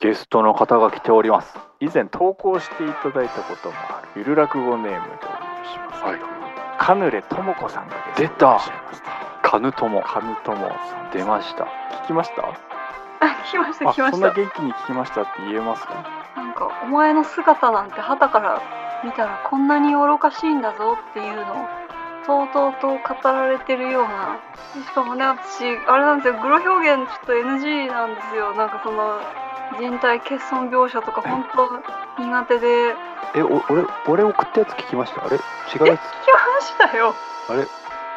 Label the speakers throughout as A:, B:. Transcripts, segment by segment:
A: ゲストの方が来ております以前投稿していただいたこともあるゆる落語ネームでお呼びしますけども、カヌレともこさんがゲストにいらっしゃいました
B: カヌとも
A: カヌともさんです
B: 出ました。
A: 聞きました
C: あ、来ました
A: あ
C: 来ま
A: そ
C: し
A: んな
C: た。
A: 元気に聞きましたって言えますか
C: なんかお前の姿なんて旗から見たらこんなに愚かしいんだぞっていうのをとうとうと語られてるようなしかもね私あれなんですよグロ表現ちょっと NG なんですよなんかその人体欠損描写とか本当苦手で聞き
B: え、お俺、俺送ったやつ聞きました。あれ違うやつ
C: ましたよ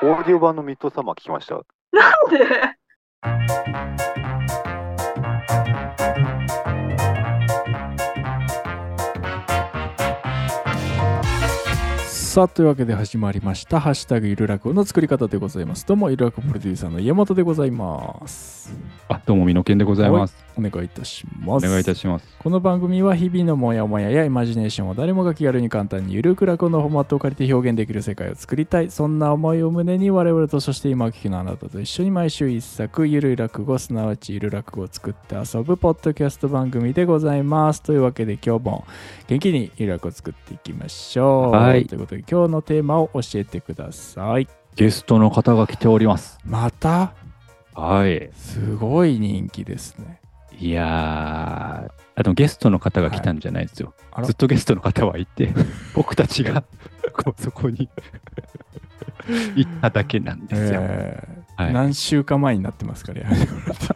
B: オーディオ版のミッドサマー聞きました。
C: なんで
D: さあというわけで始まりました「ハッシュタグゆるらく」の作り方でございますどうもゆるらくプロデューサーの山本でございます
E: あ、どうも、みのけんでございます。
D: お願いいたし
E: お
D: ます
E: 願いいた
D: し
E: します。
D: この番組は日々のモヤモヤやイマジネーションを誰もが気軽に簡単にゆるくらくのフォーマットを借りて表現できる世界を作りたいそんな思いを胸に我々とそして今お聞きのあなたと一緒に毎週一作ゆるらく語すなわちゆるらく語を作って遊ぶポッドキャスト番組でございますというわけで今日も元気にゆるらくを作っていきましょう
E: はい
D: ということで今日のテーマを教えてください
A: ゲストの方が来ております
D: また
E: はい。
D: すごい人気ですね
E: いやー、あの、ゲストの方が来たんじゃないんですよ。
D: あら
E: ずっとゲストの方はいて、僕たちが、こう、そこに 行っただけなんですよ。
D: えー
E: はい
D: 何週間前になってますからやめてもらっていいですか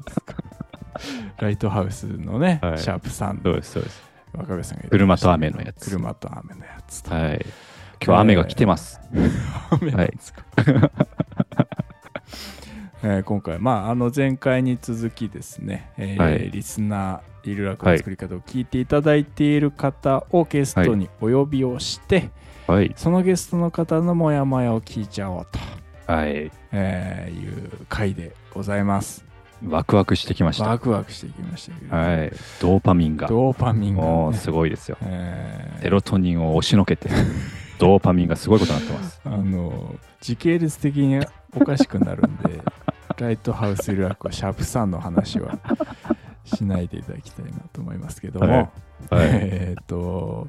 D: ライトハウスのね、
E: はい
D: シャープさん
E: そう
D: の
E: です、そうです。
D: 若林さんがいらっ
E: 車
D: しゃ
E: と
D: いま
E: 雨
D: した
E: のやつ。
D: 車と雨のやつと、
E: はい。今日雨が来てます。
D: 雨なんですかえー今回、まあ、あの前回に続きですね、えー
E: はい
D: リスナーいる楽の作り方を聞いていただいている方をゲストにお呼びをして、
E: はい。
D: そのゲストの方のモヤモヤを聞いちゃおうと、
E: はい。
D: えーいう回でございます。
E: ワクワクしてきました。
D: ワクワクしていきましたけれども
E: はい。ドーパミンが。
D: ドーパミンが、
E: もう、
D: ね
E: すごいですよ。
D: えー
E: セロトニンを押しのけて、ドーパミンがすごいことになってます。
D: あの時系列的におかしくなるん でライトハウスルラックはシャープさんの話はしないでいただきたいなと思いますけども、
E: はい。
D: えっと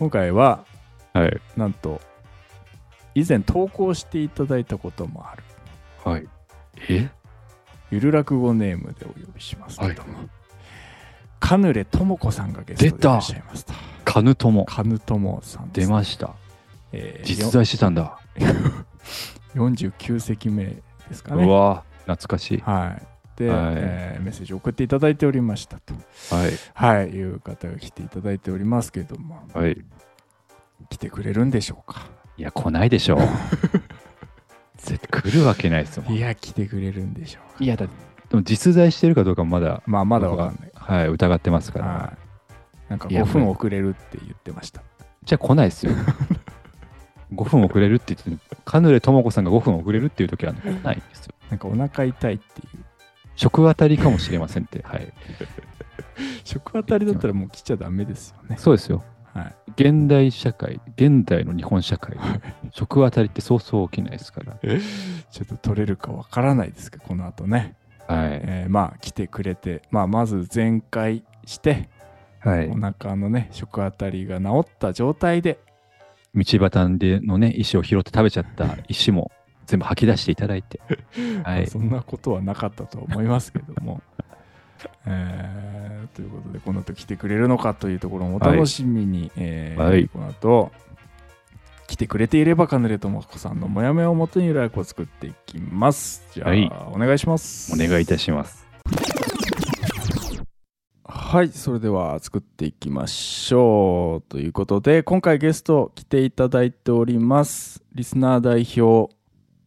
D: 今回は
E: はい。
D: なんと以前投稿していただいたこともある
E: はい。え
D: ゆる落語ネームでお呼びしますけども、
E: は
D: カヌレともこさんがゲストでいらっしゃいました
E: カヌトモ。
D: カヌともさんで
E: 出
D: す、
E: ました。
D: えー
E: 実在してたんだ。
D: 49席目ですかね
E: うわ懐かしい。
D: はい。で、
E: はい
D: えーメッセージ送っていただいておりましたと、
E: はい。
D: はい、いう方が来ていただいておりますけれども、
E: はい。
D: 来てくれるんでしょうか
E: いや、来ないで しょう。絶対来るわけないですもん。
D: いや、来てくれるんでしょうか
E: いや、だでも実在してるかどうかまだ、
D: まあ、まだわかんない。
E: はい、疑ってますから。
D: はいなんか
E: いや
D: 5分遅れるって言ってました。
E: じゃあ来ない ですよ。5分遅れるって言って、カヌレともこさんが5分遅れるっていう時はね来ないんですよ。
D: なんかお腹痛いっていう。
E: 食当たりかもしれませんって。はい。
D: 食当たりだったらもう来ちゃダメですよね。
E: そうですよ。
D: はい。
E: 現代社会、現代の日本社会、食当たりってそうそう起きないですから。
D: ちょっと取れるかわからないですけど、この後ね。
E: はい。
D: えーまあ、来てくれて、まあ、まず全開して、
E: は
D: お腹のね、食当たりが治った状態で、
E: 道端でのね石を拾って食べちゃった石も全部吐き出していただ いては
D: まあ
E: い
D: そんなことはなかったとは思いますけども。 えーということで、この後来てくれるのかというところもお楽しみに、えー
E: はい
D: この後来てくれていれば、カヌレともこさんのモヤモヤをもとにライフを作っていきます。じゃあ、
E: はい
D: お願いします。
E: お願いいたします
D: はい、それでは作っていきましょう。ということで、今回ゲスト来ていただいております。リスナー代表、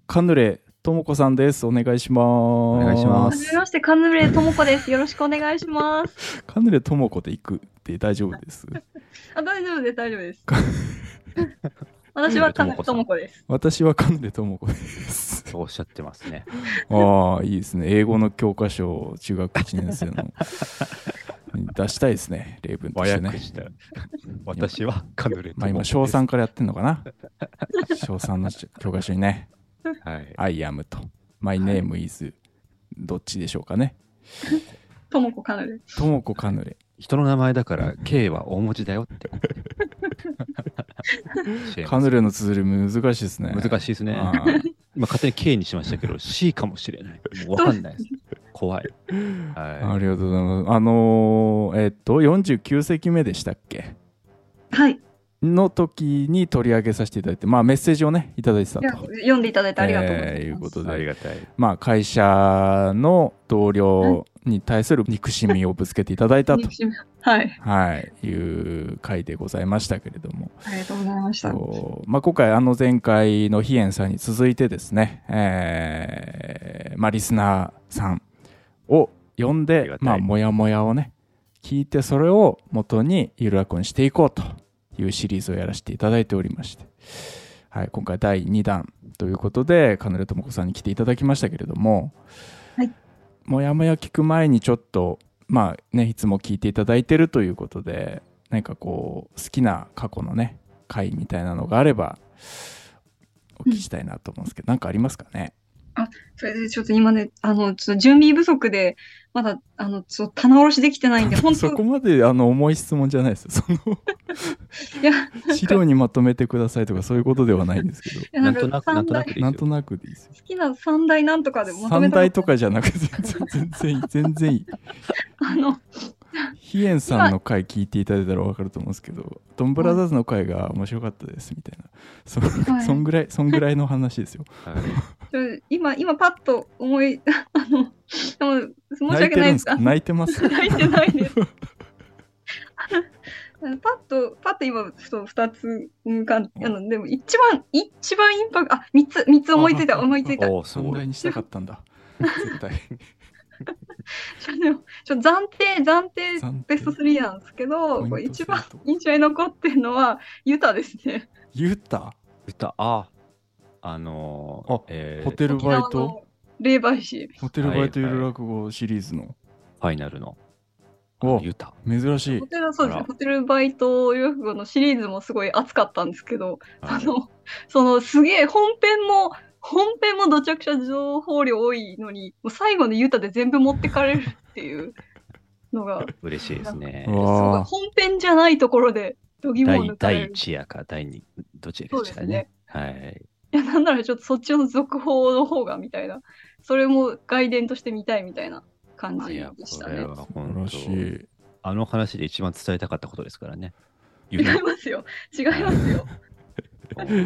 D: カヌレともこさんです。お願いします。お
E: 願いしま
C: はじめましてカヌレともこですよろしくお願いします
D: カヌレともこで行くって大丈夫です。
C: あ大丈夫です大丈夫です私はカヌレともこです
D: 私はカヌレともこ です。
E: そうおっしゃってますね
D: ああ、いいですね。英語の教科書を中学1年生 のに出したいですね。例文としてね。
E: た私はカヌレ
D: まあ今、小3からやってんのか な小3の教科書にね、
E: はい、
D: I am と My name is どっちでしょうかね。
C: ともこカヌレ
D: ともこカヌレ。
E: 人の名前だから、K は大文字だよって。 教え
D: カ
E: ます
D: ヌレの綴り難しいですね。
E: 難しいですね。
D: はい
E: 今、勝手に K にしました けど、C かもしれない。もうわかんないです。怖い。
D: あ
E: は
D: りがとうございます。あのーえっと、49席目でしたっけ
C: はい。
D: の時に取り上げさせていただいて、まあメッセージをね、いただいてた
C: いや
D: と。
C: 読んでいただいてありがとうございます。
D: えーいうこと
E: い。あ
D: で
E: り、がたい。
D: まあ会社の同僚に対する憎しみをぶつけていただいたと
C: 憎。しみはい。
D: はい、いう回でございましたけれども、
C: ありがとうございました。
D: そうまあ、今回あの前回のヒエンさんに続いてですね、えーまあ、リスナーさんを呼ん
E: あり
D: で
E: がたい
D: まあ、もやもやをね聞いてそれを元にゆるらくんしていこうというシリーズをやらせていただいておりまして、はい、今回第2弾ということでカヌレともこさんに来ていただきましたけれども、
C: はい
D: もやもや聞く前にちょっとまあねいつも聞いていただいてるということで何かこう好きな過去のね回みたいなのがあればお聞きしたいなと思うんですけど何、なん、かありますかね
C: それでちょっと今ね、あの、ちょっと準備不足で、まだ、あの、ちょっと棚卸しできてない んで、本当
D: そこまであの重い質問じゃないですその
C: いや、
D: 資料にまとめてくださいとかそういうことではないんですけど
C: いや
E: なんとなく、なんとなく
D: なんと。なく
C: 三
E: ですよ
D: でいいですよ
C: 大好きな三大なんとかでまとめ
D: 三
C: た
D: 大とかじゃなくて全然いい全然いい
C: あの、
D: ヒエンさんの回聞いていただいたら分かると思うんですけどドンブラザーズの回が面白かったですみたいなそ,、
C: はい
D: そんぐらいそんぐらいの話ですよ
E: はい
C: ちょ今、今パッと思い、 あの、でも 申し
D: 泣い
C: 訳
D: てるん
C: ないで
D: ですす
C: が
D: か、泣いてます
C: 泣いてないです。 あのパッと、パッと今、ふと2つ浮かんあの、でも一番、一番インパクト、あ、3つ、三つ思いついた、思いついた。ちょ
E: お お、す
D: 三
E: ごい。
D: 大にしたかったんだ絶対
C: っとでもちょっと暫定、暫定
D: 暫定
C: ベスト3なんですけど、こ
D: ポ
C: れ
D: イント
C: 一
D: 制
C: 番
D: 度
C: 印象に残ってるのは、ユタですね。
D: ユタ
E: 歌、あ、あのー
D: あ
E: えー
D: ホテル
C: 沖
D: バイ
C: 縄
D: ト
C: の霊媒師。
D: ホテルバイトゆる落語シリーズの、
E: ファイナルの
D: お
E: 歌。
D: 珍しい
C: ホテルそうですね
E: あら
C: ホテルバイト予約のシリーズもすごい熱かったんですけど、
E: は
C: あのそのすげえ本編も本編もどちゃくちゃ情報量多いのにもう最後のユタで全部持ってかれるっていうの が
E: い嬉しいですね
D: う。
C: すごい
D: わあ
C: 本編じゃないところでどぎもを抜
E: 第
C: か
E: 第
C: れる。
E: 1夜か第2、どちらかでしたね。はい。
C: いやなんならちょっとそっちの続報の方がみたいなそれも外伝として見たいみたいな感じ
E: い
C: で
E: や、こ
C: した
E: れ
C: ね。
E: は
D: 珍
E: 本
D: し
E: 当
D: い
E: あの話で一番伝えたかったことですから ね。
C: 違い
E: 夢も
C: ますよ違いますよ。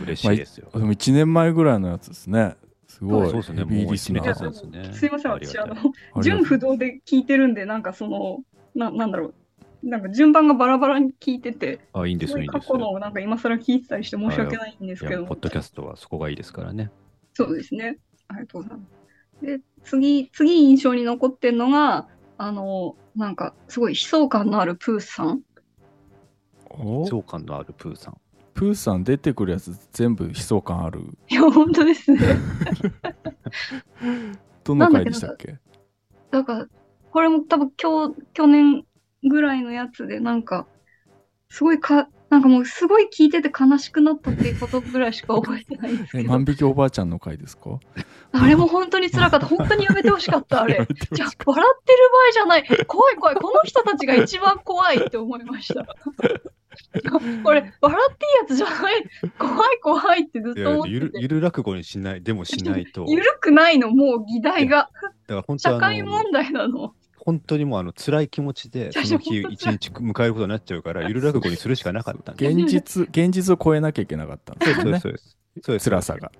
E: 嬉しいですよ。
D: あでも1年前ぐらいのやつですねすごい
E: そうですね、
D: ヘ
E: も
D: ビー
E: う
D: リス
E: 一
D: ナ
E: 年
C: い
E: 経
C: や
E: つ
D: ー
E: んですね。
C: すいません、
E: ありが
C: 私、
E: た
C: あ
E: い
C: の、
D: がとう
C: 純不動で聞いてるんで、なんかその、ななんだろう、なんか順番がバラバラに聞いてて、
E: あ、いいんですよ、いいん
C: 過
E: です
C: 去の
E: よ。
C: をなんか今更聞いてたりして申し訳ないんです
E: い
C: け
E: や
C: ど、
E: ポッドキャストはそこがいいですからね。
C: そうですね。ありがとうございます。で、次、次印象に残ってるのが、あの、なんかすごい悲壮感のあるプースさん。
D: お
E: 長感のあるプーさん。
D: プーさん出てくるやつ全部悲壮感ある
C: いや、本当ですね。
D: どの回でしたっけ
C: だから、これも多分今日、去年ぐらいのやつで、なんか、すごいか、なんかもうすごい聞いてて悲しくなったっていうことぐらいしか覚えてないんですけ
D: え
C: ど。
D: 万引きおばあちゃんの回ですか
C: あれも本当に辛かった。本 当にやめてほしかった、あれ。じゃあ、笑ってる場合じゃない。怖い怖い。この人たちが一番怖いって思いま した。これ、笑っていいやつじゃない。怖い怖いってずっと思ってて。ゆる
E: る落語にしない、でもしない と
C: くないの、もう議題が。
E: から本
C: 社会問題なの。
E: 本当にもうあの辛い気持ちで
C: いや
E: その日
C: いや本当
E: 一日迎えることになっちゃうからゆる落語にするしかなかっ たんです
D: 現実現実を超えなきゃいけなかったんですよ
E: そうで
D: ね
E: すそうですそうです
D: 辛さが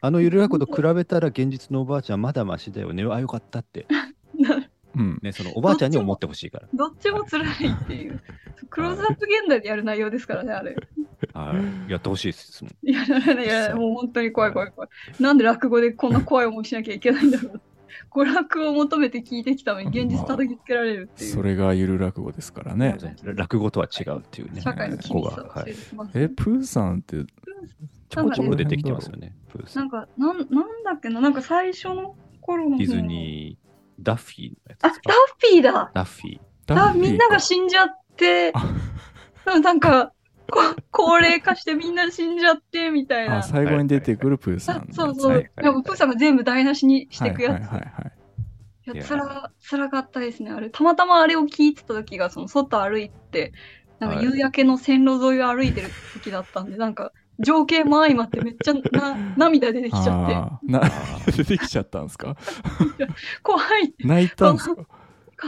E: あのゆる落語と比べたら現実のおばあちゃんまだましだよねあよかったって
D: うん
E: ねそのおばあちゃんにも思ってほしいか
C: どっちも辛いっていう。クローズアップ現代でやる内容ですからね、あれ。
E: らはいやってほしいですもん
C: いや、いやいや、もう本当に怖い怖い怖い。なんで落語でこんな怖い思いしなきゃいけないんだろう。娯楽を求めて聞いてきたのに現実叩きつけられるっていう。
D: それがゆる落語ですからね
E: 落語とは違うっていうね
C: 社会の厳しさ
E: ここ
C: を
E: が、
C: 教
E: は
C: え、
E: い
C: てきます、
D: えプーさんって
E: ちょこちょこ出てきてますよねプーさ
C: なんんかなんなんだっけななんか最初の頃の
E: ディズ
C: ー
E: ニーダッフィーのやつ
C: あダ
E: です
C: ッ
E: か
C: フィーだ
E: ダッフィー
C: だみんなが
D: 知
C: 死んじゃってなんかこ高齢化してみんな死んじゃってみたいな
D: あ最後に出てくるプーさ
C: あ
D: ん
C: そう
E: は
C: そ
E: いうはい
C: なんかプーさんが全部台無しにしてくやつ、
D: はいはいはいはい
C: いや
E: いやー
C: つらつらかったですねあれたまたまあれを聞いてた時がその外歩いてなんか
E: はい
C: 夕焼けの線路沿いを歩いてる時だったんで、なんか情景も相まってめっちゃな涙出てきちゃって
D: あーな出てきちゃったんですか
C: 怖いって
D: 泣いたんですか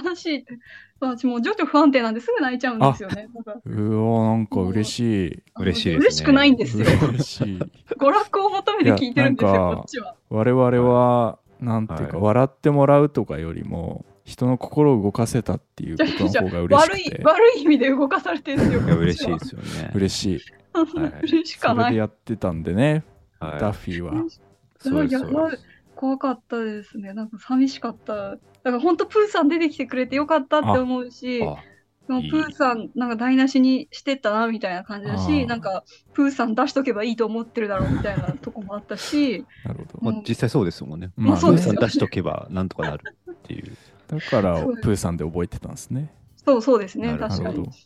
C: 悲しいって私もう情緒不安定なんですぐ泣いちゃうんですよねなんか
D: うわなんか嬉しい
E: 嬉しいですね
C: 嬉しくないんですよ
D: 嬉しい
C: 娯楽を求めて聞いてるんですよ
D: いやなんか
C: こっちは
D: 我々はなんていうか、
E: はい
D: 笑ってもらうとかよりも人の心を動かせたっていうことの方が嬉し
C: 悪
D: く
C: い
D: て
C: 悪い意味で動かされてるんですよ
E: い
C: こっち
E: や
C: は
E: 嬉しいですよね。
D: 嬉しい
E: はい
C: 嬉しか
D: そ
C: な
D: れで
C: い
D: やってたんでね、ダッ
E: は
D: フィーはい
E: い。そうです。
C: いや
E: そうです
C: 怖かったですね。なんか寂しかった。だから本当プーさん出てきてくれてよかったって思うし、でも
E: あ
C: プ
E: いい
C: ーさんなんか台無しにしてったなみたいな感じだ
D: あ
C: し、
D: ー
C: なんかプーさん出しとけばいいと思ってるだろうみたいなとこもあったし、
D: なるほど、
E: まあ実際そうですもんね。
D: まあ
C: そうです
E: さ
C: よ
E: ん出しとけばなんとかなるっていう。
D: だから
C: そうです
D: プーさんで覚えてたんですね
C: そうそうですね、
E: なる
D: な
C: 確か
D: るほ
C: に
D: ど。さ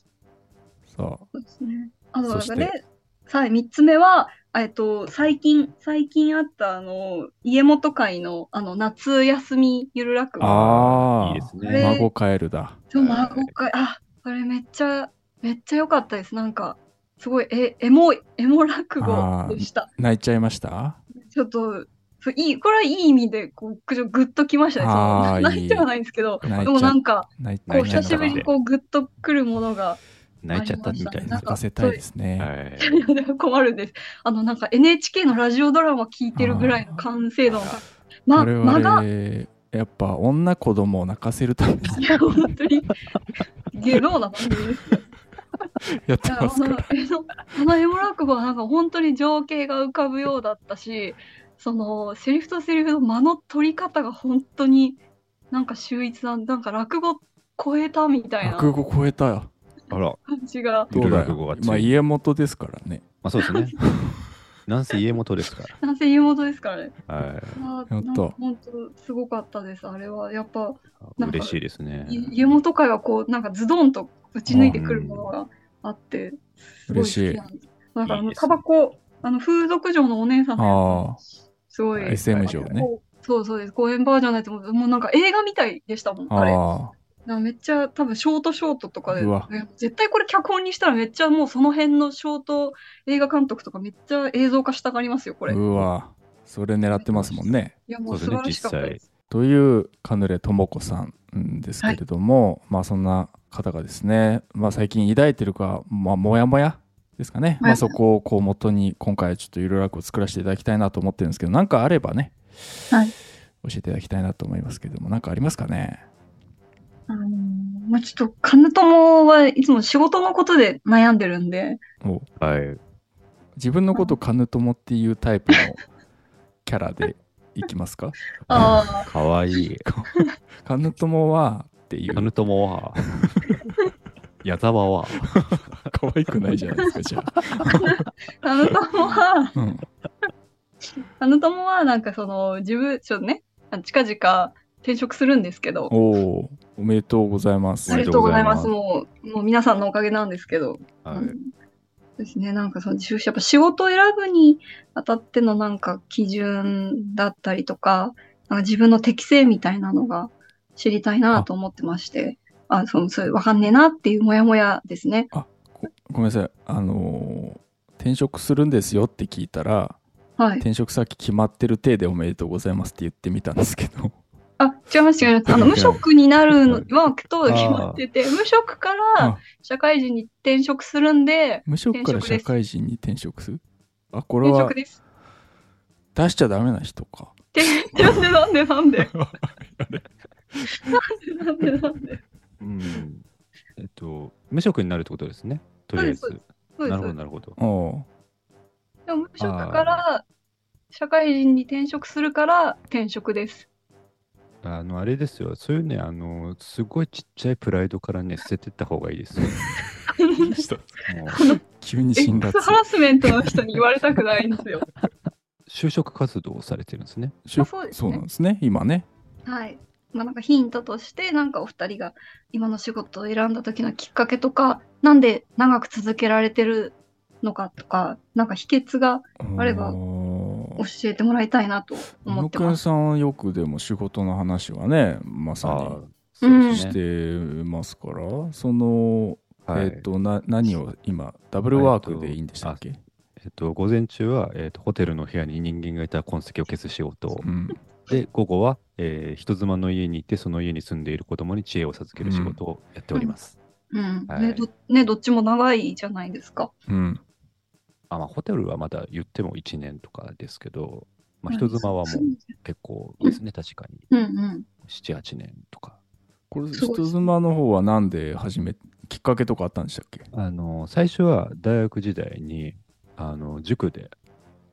D: あ
C: そうですね。あと
D: そ
C: なん
D: して
C: かね、さあ3つ目は、えっと、最近、最近あったあの、家元会のあの、夏休みゆる落語。
D: あー
E: いいです
C: あれ
E: ね。
D: 孫カエルだ
C: そう、孫か、あ、あれめっちゃ、めっちゃ良かったです。なんか、すごい、え、エモい、エモ落語でした。
D: 泣いちゃいました
C: ちょっと、そういい、これはいい意味で、こう、ぐぐっときましたね。そ
D: あーい
C: の
D: い
C: 泣いてはないんですけど、
D: 泣
C: で
D: い
C: も
D: ちゃ
C: なんか、
D: 泣い
C: こう、
E: 泣い
D: ちゃ
E: た
C: 久
D: い
C: し
E: のか
C: ぶりにこう、ぐっとくるものが、
E: 泣いちゃったみたいな。
D: 泣かせたいですね、
E: はい。
C: 困るんです。あの、なんか NHK のラジオドラマ聞いてるぐらいの完成度の高い、ま、
D: 我
C: 間が、
D: 々やっぱ女子供を泣かせるために
C: いや、本当に、下道な番組です。
D: やって
C: だか
D: ま
C: らあ
D: すか
C: の
D: ら
C: えのあのエモ落語はなんか本当に情景が浮かぶようだったしそのセリフとセリフの間の取り方が本当になんか秀逸ななんか落語超えたみたいな
D: 落
C: 感
D: 語超えたよ
E: あら、ま
C: じが
E: ゆ
D: どう
E: る
D: だ
E: 落語が
D: よ
E: 強い
D: まあ家元ですからね
E: あそうですね。 なんせ家元ですか
C: なんせ言い元ですからね
E: ら。はい。
C: あ
D: や
C: な
D: った
C: んか本当すごかったですあれはやっぱなんか
E: 嬉しいですね。
C: い家元会はこうなんかズドンと打ち抜いてくるものがあってすごい好きなんですなんかあ
E: いい
C: の
E: ですね
C: タバコあの風俗嬢のお姉さんのやつすごい
D: SM 嬢ね
C: そうそうです。公演バージョンのやつも、もうなんか映画みたいでしたもん、あれ。
D: あ
C: なんかめっちゃ多分ショートショートとかで、
D: うわ
C: ね絶対これ脚本にしたらめっちゃもうその辺のショート映画監督とかめっちゃ映像化したがりますよ、こ
D: あ
C: れ。いう
D: わそれ狙ってますもんね
C: や、もう
E: そ
C: 素
E: う
C: 晴ら
E: ですね
C: しかったです。
D: というカヌレ智子さんですけれども、まあそんな方がですね、まあ、最近抱いてるか、まあ、もやもやですかね、
C: もやもや
D: まあ、そこをこう元に今回はちょっとゆるらくを作らせていただきたいなと思ってるんですけどなんかあればね、
C: はい
D: 教えていただきたいなと思いますけれどもなんかありますかね
C: あのーまあ、ちょっと、カヌトモはいつも仕事のことで悩んでるんで、
D: お
E: はい。
D: 自分のことカヌ友っていうタイプのキャラでいきます か
C: あ
E: かわいい。
D: カヌ友はってい
E: カ
D: う
E: ヌトモ は。矢沢は。
D: 可愛くないじゃないですかじゃあ、
C: あ、カヌトモは、
D: うん、
C: カヌトモはなんかその、自分、ちょっとね、近々転職するんですけど、
D: おおおめでとうございます
C: あ
E: おめ
C: り
E: で
C: がと
E: とう
C: うご
E: ござ
C: ざ
E: い
C: い
E: ま
C: ますす。もう、もう皆さんのおかげなんですけど。
E: は
C: うんそうですね、なんかその就職、仕事を選ぶにあたってのなんか基準だったりとか、なんか自分の適性みたいなのが知りたいなと思ってまして、あ、そう、そう、わかんねえなっていうモヤモヤですね。
D: ごごめんなさいあのー転職するんですよって聞いたら
C: はい。
D: 転職先決まってる体でおめでとうございますって言ってみたんですけ ど
C: あ、違います、違います。あの、無職になるのは、と決まってて、無職か
D: あ
C: ら社会人に転職するんで、
D: 無職から
C: 転職で
D: 社
C: す
D: 会人に転職するあこれ
C: 転
D: は
C: 職です。
D: 出しちゃダメな人か
C: って、なんでなんでなんでなんでなんでなんで
E: うん。えっと、無職になるってことですね。とりあえ
C: そうで
E: ず。
C: そうで
E: なる
C: す
E: ほど、なるほど。
D: おお
C: でも無職から社会人に転職するから転職です。
E: あの、あれですよ。そういうね、あの、すごいちっちゃいプライドからね、捨ててった方がいい ですよ。もう
D: 急に
C: エ
D: 辛
C: ック
D: 辣
C: スハラスメントの人に言われたくないんですよ。
E: 就職活動をされてるんですね。
D: しゅ
C: あそうです
D: そ
C: ね
D: うなんですね今ね
C: はい。まあなんかヒントとして、なんかお二人が今の仕事を選んだ時のきっかけとか、なんで長く続けられてるのかとか、なんか秘訣があれば
D: おー
C: 教えてもらいたいなと
D: 宇
C: 思
D: 野
C: って
D: く
C: ま
D: ん
C: す。
D: さんはよくでも仕事の話はねまさ
E: そ
C: うん
D: に
E: うで
D: し
E: すね。
D: てますから、その、
E: はい
D: えっ、とな何を今ダブルワークでいいんでしたっけ、
E: えっと、午前中は、えっと、ホテルの部屋に人間がいた痕跡を消す仕事を
D: うん、
E: で、午後は、えー人妻の家に行って、その家に住んでいる子供に知恵を授ける仕事をやっております。
C: うん
E: はい
C: ねどね、どっちも長いじゃないですか。
D: うん、
E: あまあ、ホテルはまだ言っても1年とかですけど、まあ、
C: うん
E: 人妻はもう結構ですね、確かに。
C: うんうん。
E: 7、8年とか。
D: これ
C: すごい
D: 人妻の方はなんで始めきっかけとかあったんでしたっけ
E: あの、最初は大学時代に、あの、塾で、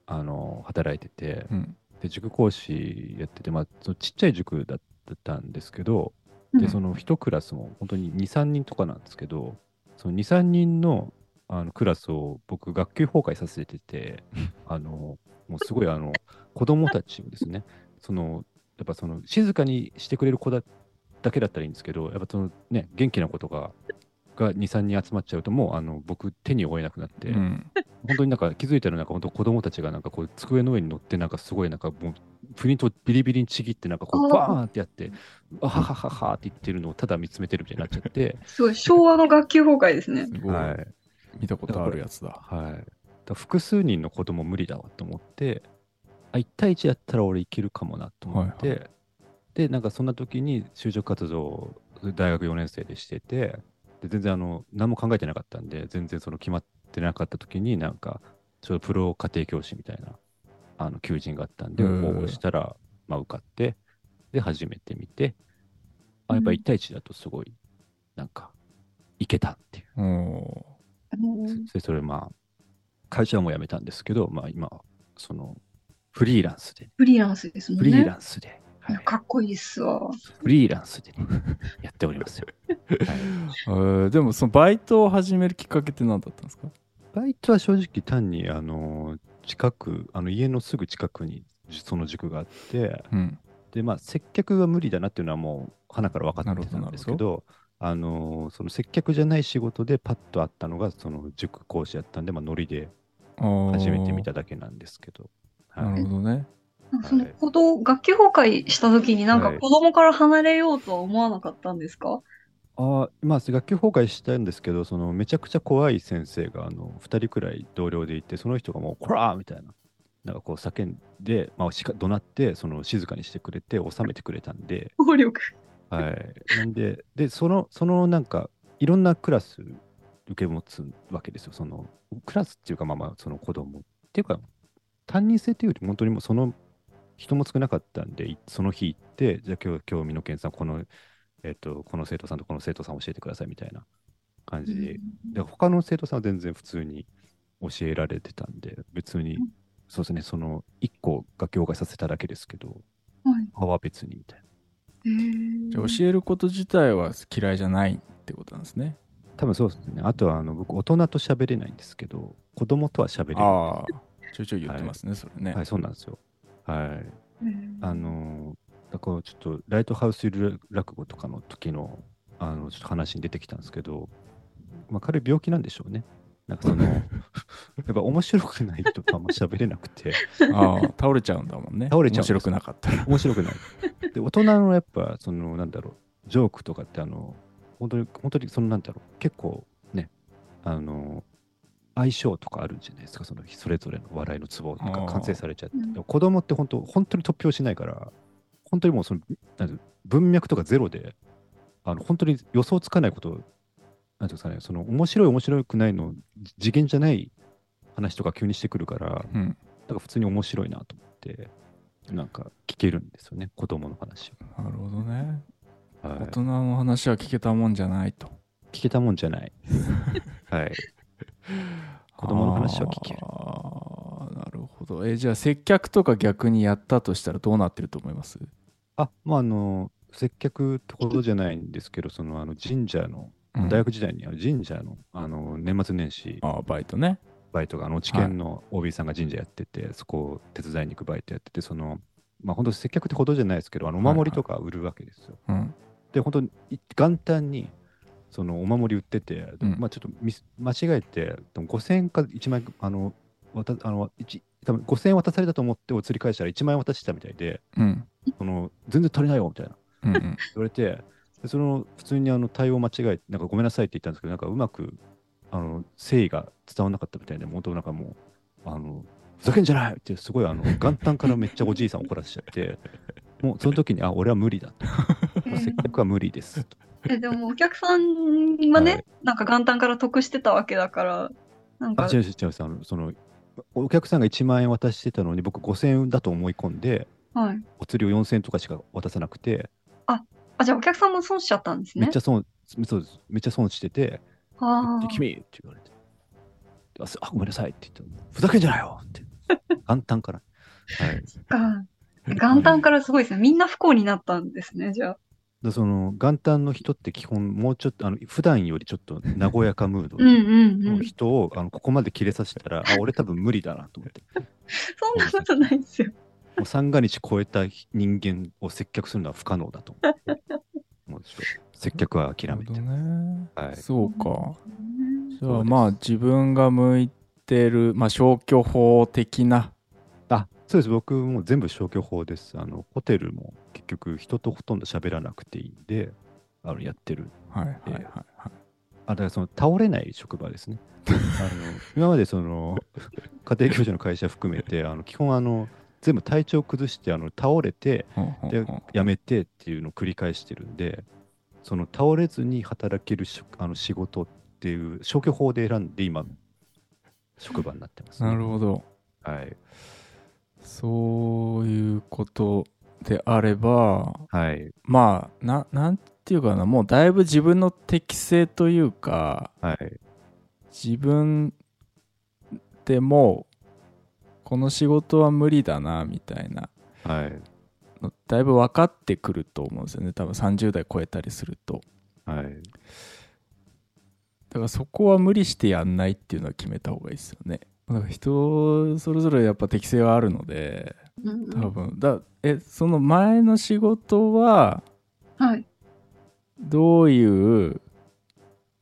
E: あの、働いてて、
D: うん
E: で、塾講師やってて、まあ、そのちっちゃい塾だったんですけど、
C: う
E: で、
C: ん
E: その一クラスも本当に2、3人とかなんですけど、その2、3人のあのクラスを僕、学級崩壊させてて、 あの、もうすごい、あの、子供たちをですね、その、やっぱその、静かにしてくれる子だだけだったらいいんですけど、やっぱそのね、元気な子とかが2、3人集まっちゃうと、もう、あの、僕、手に負えなくなって、
D: うん
E: 本当になんか気づいたらなんか本当子供たちがなんかこう机の上に乗ってなんかすごいなんかもうプリントをビリビリにちぎってなんかこ
C: あ
E: う
C: ー
E: バーンってやってあははははって言ってるのをただ見つめてるみたいになっちゃって
C: すごい昭和の学級崩壊ですね。
D: すごい、
E: はい
D: 見たことあるやつだ
E: はいだから複数人の子供無理だわと思ってあ1対1だったら俺いけるかもなと思って、
D: は
E: でなんかそんな時に就職活動を大学4年生でしててで全然あの何も考えてなかったんで全然その決まってなかった時になんかちょうどプロ家庭教師みたいなあの求人があったんで
D: へ
E: 応
D: ー
E: 募したら、まあ、受かってで始めてみてあやっぱ
C: うん
E: 1対1だとすごいなんかいけたっていう。
D: お
C: うん
E: そそれまあ会社はもう辞めたんですけど、まあ、今そのフリーランスで
C: フリーランスですも
E: フ
C: んね。
E: リーランスで、はい
C: いやかっこいいっすわ。
E: フリーランスでね やっておりますよ、はい
D: ーえーでもそのバイトを始めるきっかけって何だったんですか
E: バイトは正直単にあの近くあの家のすぐ近くにその塾があって
D: うん
E: でまあ接客は無理だなっていうのはもう花から分かって
D: な
E: た
D: るほど
E: んですけどあのその接客じゃない仕事でパッとあったのがその塾講師やったんで、まあ、ノリで
D: あー
E: 始めてみただけなんですけど、
D: なるほどね
C: なんかその子供、学級崩壊した時になんか
E: はい
C: 子供から離れようとは思わなかったんですか、
E: あーまあ学級崩壊したんですけどそのめちゃくちゃ怖い先生があの2人くらい同僚でいてその人がもう「こら!」みたいななんかこう叫んで、まあ、しか怒鳴ってその静かにしてくれて収めてくれたんで、
C: 暴力。
E: はい、なんででそのそのなんかいろんなクラス受け持つわけですよそのクラスっていうかまあまあその子供っていうか担任制っていうより本当にもうその人も少なかったんでいその日行ってじゃあ今日今日美濃健さんこの、えっとこの生徒さんとこの生徒さん教えてくださいみたいな感じで,、で他の生徒さんは全然普通に教えられてたんで別に、
C: うん
E: そうですねその1個が業界させただけですけど
C: はい
E: 他は別にみたいな
C: へ
D: じゃあ
C: ー
D: 教えること自体は嫌いじゃないってことなんですね
E: 多分そうですねあとはあの僕大人と喋れないんですけど子供とは喋れる
D: ああちょいちょい言ってますね、それね、
E: はい、そうなんですよ。はい。
C: へー
E: あのーだからちょっと、ライトハウス落語とかの時の、あの、ちょっと話に出てきたんですけど、まあ、彼病気なんでしょうね。なんかその、やっぱ面白くないとあんま喋れなくて、
D: ああ倒れちゃうんだもんね
E: 倒れちゃ
D: 面
E: うんです
D: 白くなかったら
E: 面白くない。で、大人のやっぱ、その、なんだろう、ジョークとかって、あの、本当に、本当に、その、なんだろう、結構ね、あの、相性とかあるんじゃないですか、その、それぞれの笑いのツボと
D: あ
E: か
D: ー
E: 完成されちゃって。
C: うん
E: でも子供って本当、本当に突拍しないから、本当にもう、その、なんていうの文脈とかゼロで、あの、本当に予想つかないことを、なんていうんですかね、その、面白い、面白くないの、じ次元じゃない話とか急にしてくるから、
D: うん
E: だから普通に面白いなと思って、なんか聞けるんですよね、子供の話
D: なるほどね
E: を。はい
D: 大人の話は聞けたもんじゃないと
E: 聞けたもんじゃない。はい。子供の話は聞ける
D: ああなるほどえじゃあ接客とか逆にやったとしたらどうなってると思います
E: あ、まあ、あの、接客ってことじゃないんですけど、その、あの、神社の、
D: うん
E: 大学時代にあの神社の、あの、年末年始、
D: ああバイトね
E: バイトが、あの、知見の OB さんが神社やってて、そこを手伝いに行くバイトやってて、その、まあ、本当接客ってほどじゃないですけど、あの、お守りとか売るわけですよ。
D: うん
E: で、本当にい元旦に、そのお守り売ってて、で
D: うん
E: まあちょっとミス間違えて、でも5000円か1万円かあのわたあの一多分5000円渡されたと思ってお釣り返したら1万円渡してたみたいで、
D: うん
E: その全然足りないよみたいな
D: うんうん
E: 言われて、でその普通にあの対応間違えて、なんかごめんなさいって言ったんですけど、なんかうまくあの誠意が伝わらなかったみたいで、もう本当なんかもう、あのふざけんじゃないって、すごい あの元旦からめっちゃおじいさん怒らせちゃって、もうその時に、あ、俺は無理だと、せっかくは無理ですと。
C: えでもお客さんはね、
E: はい
C: なんか元旦から得してたわけだから、なん
E: あ
C: か、
E: 違う違う違うあのそのお客さんが1万円渡してたのに僕5000円だと思い込んで
C: はい。
E: お釣りを4000円とかしか渡さなくて
C: あ、じゃあお客さんも損しちゃったんですね。
E: めっちゃ損、そうですめっちゃ損してて「
C: あ
E: で
C: ー
E: 君!」って言われてあすあごめんなさい」って言ったらふざけんじゃないよ!」 って元旦から、はい、
C: あ 元旦からすごいですね。みんな不幸になったんですね、じゃあ。
E: でその元旦の人って基本もうちょっとあの普段よりちょっと和やかムード
C: うんうんう
E: の
C: ん。
E: 人を、あのここまで切れさせたらあ俺多分無理だなと思って
C: そんなことないですよ。
E: もう三が日超えた人間を接客するのは不可能だと思う。もうちょっと接客は諦めて。
D: なるほどね
E: はい
D: そうか
C: うん
D: じ
E: そう
D: ゃあ
E: です
D: まあ自分が向いてる、まあ、消去法的な
E: あそうです、僕もう全部消去法です。あのホテルも結局人とほとんど喋らなくていいんで、あのやってる。
D: はいはいはい、はい
E: あだからその倒れない職場 ですね。あの今までその家庭教師の会社含めて、あの基本あの全部体調崩してあの倒れて、
D: ほんほんほ
E: で
D: ん
E: 辞めてっていうのを繰り返してるんでその倒れずに働けるしあの仕事っていう消去法で選んで今職場になってます、
D: なるほど
E: どはい、
D: そういうことであれば
E: はい、
D: まあななんていうかなもうだいぶ自分の適性というか
E: はい、
D: 自分でもうこの仕事は無理だなみたいな
E: はい、
D: のだいぶ分かってくると思うんですよね多分30代超えたりすると
E: はい。
D: だからそこは無理してやんないっていうのは決めた方がいいですよねだから人それぞれやっぱ適性はあるので
C: うん
D: 多分だえその前の仕事は
C: はい。
D: どういう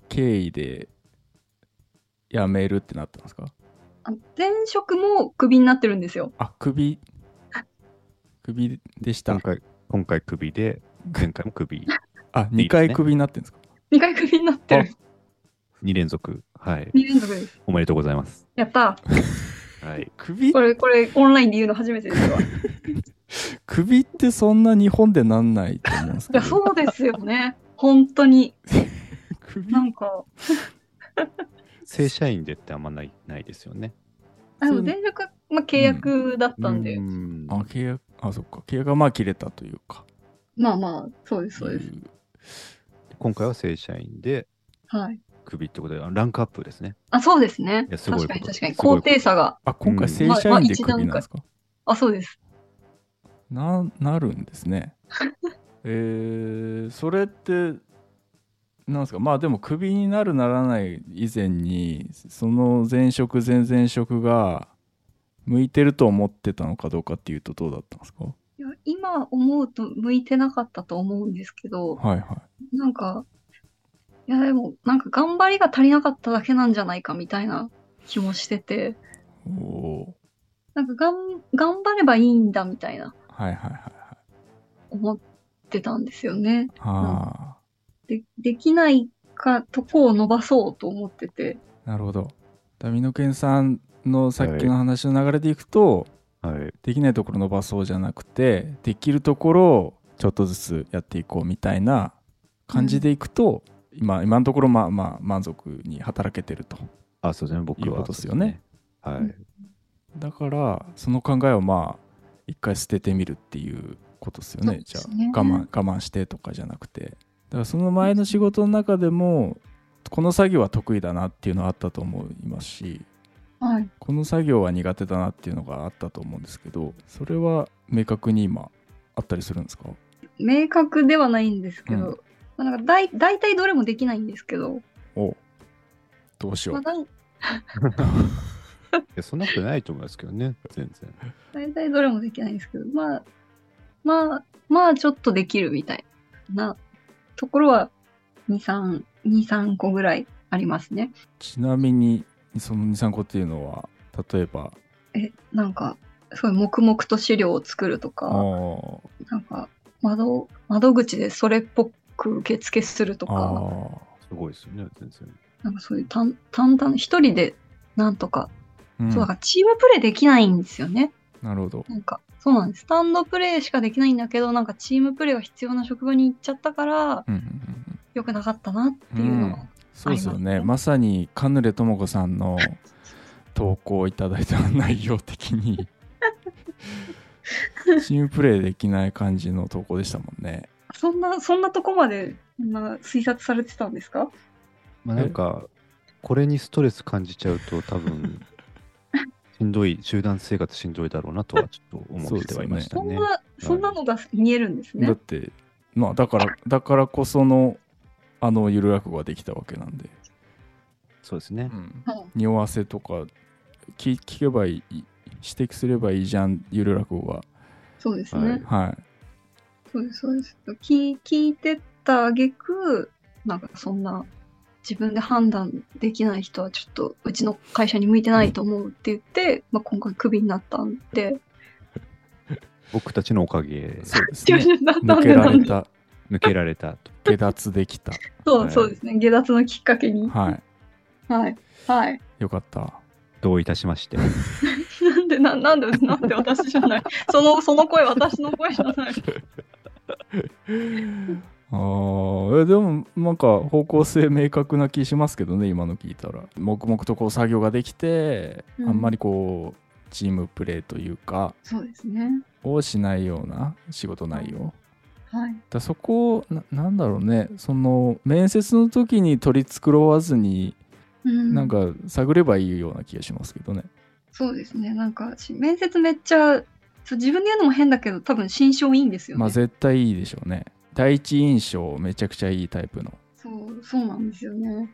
D: 経緯で辞めるってなったんですか
C: あ前職もクビになってるんですよ。
D: あ首首でした
E: 今回、今回クビで、前回もク ビ、
D: あ2回首になってるんですか
C: 2回クビになってる。
E: 2連続、はい、
C: 2連続です。
E: おめでとうございます。
C: やったー。
E: はい、
D: 首
C: これ、これ、オンラインで言うの初めてです わ。い
D: 首ってそんな日本でなんないと思うんですけ
C: や、
D: ど
C: そうですよね。本当に。
D: 首
C: なんか、
E: 正社員でってあんまないないですよね。
C: あの前職、まあ、契約だったんで、
E: うん
D: あ契約あそっか契約がまあ切れたというか
C: まあまあ、そうです、そうです。
E: 今回は正社員で
C: はい。
E: クビってことで、あランクアップですね。
C: あ、そうですね。
E: いやすごいこ
C: 確
E: と
C: かに確かに。
E: す
C: 高
E: ごいこと
C: 低差が。
D: あ今回正社員で首なんですか、
C: あ、そうです。
D: ななるんです ねえー、それってなんですかまあでもクビになるならない以前にその前職前々職が向いてると思ってたのかどうかっていうとどうだったんですか
C: いや今思うと向いてなかったと思うんですけど、
D: はいは
C: なんか、いやでも、なんか頑張りが足りなかっただけなんじゃないかみたいな気もしてて、
D: いおお
C: なんかがん頑張ればいいんだみたいな
D: ーはいはいはい
C: 思ってたんですよね。
D: はいはあ、
C: でできないかとこを伸ばそうと思ってて、
D: なるほどダミノケンさんのさっきの話の流れでいくと、
E: はい、
D: できないところ伸ばそうじゃなくてできるところをちょっとずつやっていこうみたいな感じでいくと、今今のところまあまあ満足に働けてると
E: あ、そうですね、僕
D: いう
E: は
D: ことですよね。
E: そうですね。はい。
D: だからその考えをまあ一回捨ててみるっていうことですよね
C: そうです
D: じゃ
C: ね
D: あ我慢我慢してとかじゃなくてだからその前の仕事の中でもこの作業は得意だなっていうのはあったと思いますし
C: はい。
D: この作業は苦手だなっていうのがあったと思うんですけどそれは明確に今あったりするんですか
C: 明確ではないんですけど、
D: うん
C: まあ、なんかだい大体どれもできないんですけど、
D: おどうしよ
C: まあ、
D: う
C: だい
E: いやそんなことないと思いますけどね、全然。
C: 大体どれもできないんですけど、まあ、まあ、まあちょっとできるみたいなところは2、3、2、3個ぐらいありますね。
D: ちなみにその23個っていうのは例えば、
C: え、なんか、すごい黙々と資料を作るとか、
D: おー
C: なんか、窓、窓口でそれっぽく受付するとか、
D: あ
E: すごいですよね、全然。
C: なんかそういう淡淡々、一人でなんとか、
D: ー、うん
C: そう、だからチームプレイできないんですよね。
D: なるほど。
C: なんか、そうなんです。スタンドプレイしかできないんだけど、なんかチームプレイが必要な職場に行っちゃったから、
D: うんうんうんうん
C: 良くなかったなっていうのは。
D: そうですよね。
C: ありますね
D: まさにカヌレともこさん の投稿をいただいた内容的 にチームプレイできない感じの投稿でしたもんね。
C: そんな、そんなとこまで、そんな推察されてたんですか
E: まあなんか、これにストレス感じちゃうと、多 分しんどい、集団生活しんどいだろうなとはちょっと思ってはいました
C: そん
E: ね。
C: な、そんなのが見えるんです
D: だ
C: ね
D: っ。てまあだからだからこそのあのゆる落語ができたわけなんで、
E: そうですね。
C: はい
D: 匂わせとか聞聞けばいい指摘すればいいじゃんゆる落語は。
C: そうです
E: は
C: ね
E: い。
D: はい。
C: そうです、そうです。聞聞いてった挙句なんかそんな、自分で判断できない人はちょっとうちの会社に向いてないと思うって言って、まあ、今回クビになったんで、
E: 僕たちのおかげ、
D: そうです
C: 中
D: ね。
C: になった
D: 抜
C: ん
D: け
C: で
D: ら
C: なん
D: れ
C: で。
D: た
E: 抜けられたと。
D: 下脱できた。
C: そう、そうですね。下脱のきっかけに。
D: はい。
C: はい。はい。
D: よかった。
E: どういたしまして。
C: なんで、ななんで、なんで私じゃない。 その、その声、私の声じゃない。
D: あーえでもなんか方向性明確な気しますけどね今の聞いたら黙々とこう作業ができて、
C: うん
D: あんまりこうチームプレーというか
C: そうですね。
D: をしないような仕事内容
C: はい。
D: だそこをななんだろうねその面接の時に取り繕わずに
C: うん
D: なんか探ればいいような気がしますけどね、
C: そうですね。なんかし、面接めっちゃ、そう自分で言うのも変だけど、多分心象いいんですよね。
D: まあ絶対いいでしょうね第一印象めちゃくちゃいいタイプの
C: そう、そうなんですよね。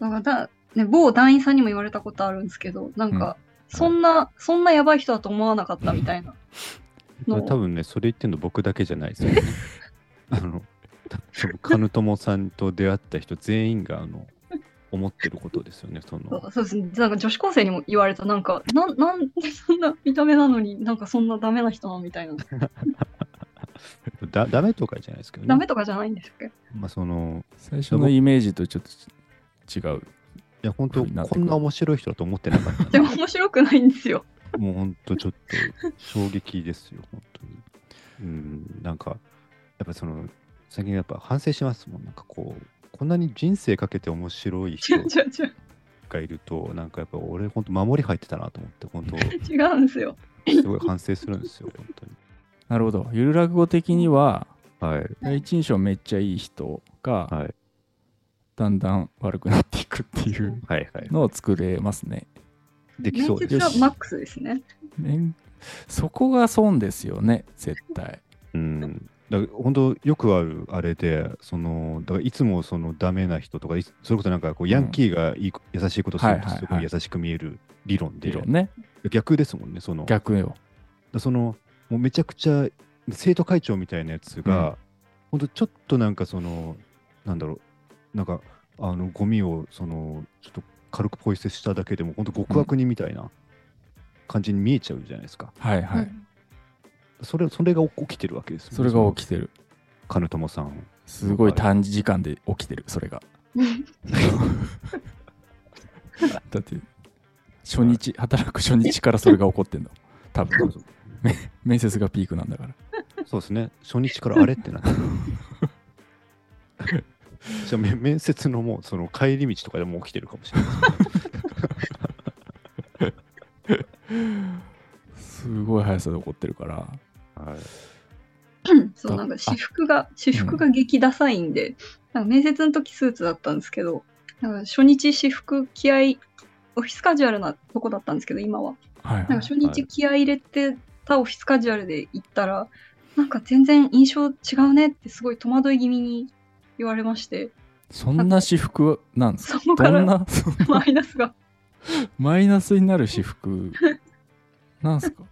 C: だからだ、ね、某団員さんにも言われたことあるんですけど、なんか、そんな、そんなやばい人だと思わなかったみたいな。
E: 多
C: の
E: 分ね、それ言ってんの僕だけじゃないですよ ね。あの、たそのカヌトモさんと出会った人全員が、あの、思ってることですよね、そ
C: そう
E: の。
C: そうですね。なんか女子高生にも言われた、なんか、なん、なんでそんな見た目なのに、なんかそんなダメな人なのみたいな。
E: だダメとかじゃないですけどね。
C: ダメとかじゃないんですけど。
E: まあ、その、
D: 最初のイメージとちょっと違う
E: いや、本当
D: ふうになって
E: こ
D: くる
E: んな面白い人だと思ってなかったん
C: で
E: で
C: も面白くないんですよ。
E: もう本当ちょっと衝撃ですよ、本当に。うん、なんか、やっぱその、最近やっぱ反省しますもん、なんかこう、こんなに人生かけて面白い
C: 違
E: 人
C: う違う違う。
E: がいる と、なんかやっぱ俺、本当守り入ってたなと思って、本当、
C: 違うんですよ。
E: すごい反省するんですよ、本当に。
D: なるほど。ゆる落語的には、
E: はい、
D: 第一印象めっちゃいい人が、
E: はい、
D: だんだん悪くなっていくっていう
E: はい、はい。
D: のを作れますね。
E: できそうで
C: 面接は
E: す。
C: マックスですね。
D: めんそこが損ですよね、絶対。
E: うん。だから本当よくあるあれで、そのだからいつもそのダメな人とか、いそれこそなんかこうヤンキーがいいこ、優しいことする
D: はい
E: と
D: はいはい
E: すごい優しく見える理論で、
D: 理論ね。
E: 逆ですもんね、そのだか
D: 逆よ。
E: らそのもうめちゃくちゃ生徒会長みたいなやつが、本当ちょっとなんかその、なんだろう、なんかあのゴミをそのちょっと軽くポイ捨てしただけでも、本当極悪人みたいな感じに見えちゃうじゃないですか。
D: はいはい。
C: うん
E: それそれが起きてるわけですもんね
D: それが起きてる。
E: カヌトモさん。
D: すごい短時間で起きてる、それが。だって、初日、働く初日からそれが起こってんだもん。多分面接がピークなんだから。
E: そうですね、初日からあれってな ってる。じゃあめ面接のもうその帰り道とかでもう起きてるかもしれない
D: すごい速さで起こってるから。
E: です、
C: そう、なんか私服が、私服が激ダサいんで、なんか面接の時スーツだったんですけど、なんか初日私服気合い、オフィスカジュアルなとこだったんですけど、今は。
D: はいは
C: なん
D: い
C: か。初日気合い入れてたオフィスカジュアルで行ったら、なんか全然印象違うねってすごい戸惑い気味に言われまして、
D: そんな私服なんです
C: そ
D: か
C: こか
D: どん
C: ら
D: な、そんな
C: マイナスが。
D: マイナスになる私服なんすか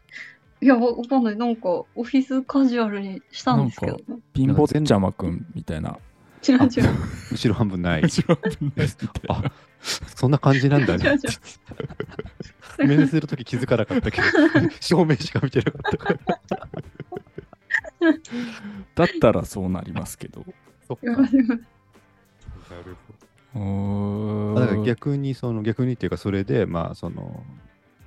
C: いや、わわかんない。なんかオフィスカジュアルにしたんですけど、
D: ピンポッチャマくんみたいな。
C: 違う違う。
E: 後ろ半分ない。
D: 後ろ危ないみたいな
E: あそんな感じなんだ
C: 違う違う
E: ね。面接するとき気づかなかっ たけど、正面しか見てなかったから。
D: だったらそうなりますけど。
E: そっか。
C: う
E: なんるほ
D: うー
E: ど。
D: ん
E: まあだから逆に、その逆にっていうか、それで、まあ、その、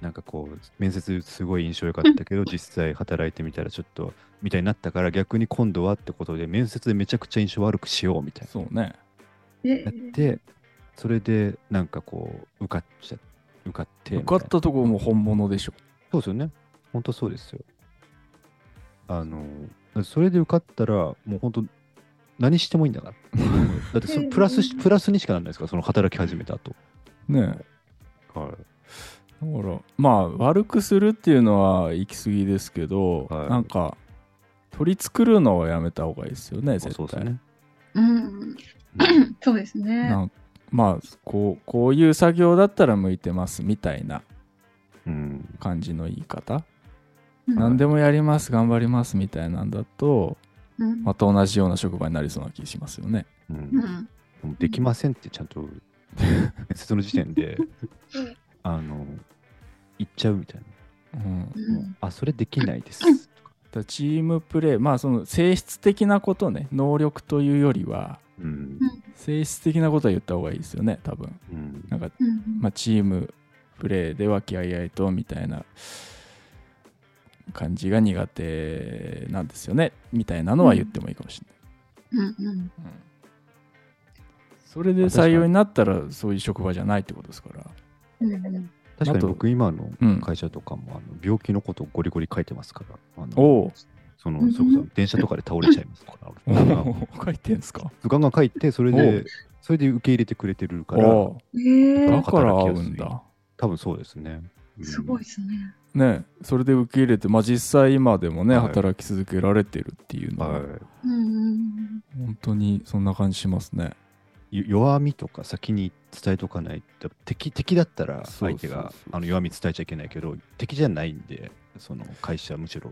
E: なんかこう、面接すごい印象良かったけど、実際働いてみたらちょっと、みたいになったから、逆に今度はってことで、面接でめちゃくちゃ印象悪くしようみたいな。
D: そうね。
C: え
E: やって、それで、なんかこう、受かっちゃ、受かってみい
D: 受
E: な。
D: かったとこも本物でしょ。
E: そうですよね。本当そうですよ。あの、それで受かったら、もう本当、何してもいいんだ から。だってそ、プラスし、プラスにしかならないですから、その働き始めた後。
D: ねえ
E: は
D: だからまあ悪くするっていうのは行き過ぎですけど、
E: はい
D: なんか取り繕うのはやめた方がいいですよね
E: い。
D: 絶
E: そうです
D: 対。
E: ね。
C: うん、 そうですね。
D: なんまあこうこういう作業だったら向いてますみたいな
E: うん。
D: 感じの言い方、
C: うん
D: 何でもやります頑張りますみたいなんだと
C: うん
D: また同じような職場になりそうな気しますよね。
E: う。
C: うんん
E: もうできませんって、ちゃんと、面接の時点で、あの、言っちゃうみたい
D: うん
C: う
E: な。もうんあ、それできないです。
D: だからチームプレーまあその性質的なことね能力というよりは
E: うん。
D: 性質的なことは言った方がいいですよね多分
E: うん
D: なんか、
C: うん
D: まあ、チームプレーで和気あいあいとみたいな感じが苦手なんですよねみたいなのは言ってもいいかもしれ
C: うんうん
D: ない、うんそれで採用になったらそういう職場じゃないってことですから
C: うん
E: 確か
D: あ
E: に
D: と
E: 僕、今の
D: うん
E: 会社とかも、あの病気のことをゴリゴリ書いてますから。あの
D: おう
E: その
C: うん
E: それこそ電車とかで倒れちゃいま すからガンガン。
D: 書いてんすか
E: ガンガン書いて、それ
D: おう
E: で、それで受け入れてくれてるから、
D: おう
C: え
D: だ
C: ー、
D: から合うんだ
E: 多分そうですね。うん
C: すごいですね。
D: ねそれで受け入れて、まあ、実際今でもね、
E: はい
D: 働き続けられてるっていうのは、
E: は
C: うんうん
D: 本当にそんな感じしますね
E: いよ弱みとか先に伝えとかないと敵敵だった
D: そう
E: ら
D: そうそう
E: 相手があの弱み伝えちゃいけないけど敵じゃないんでその会社はむしろ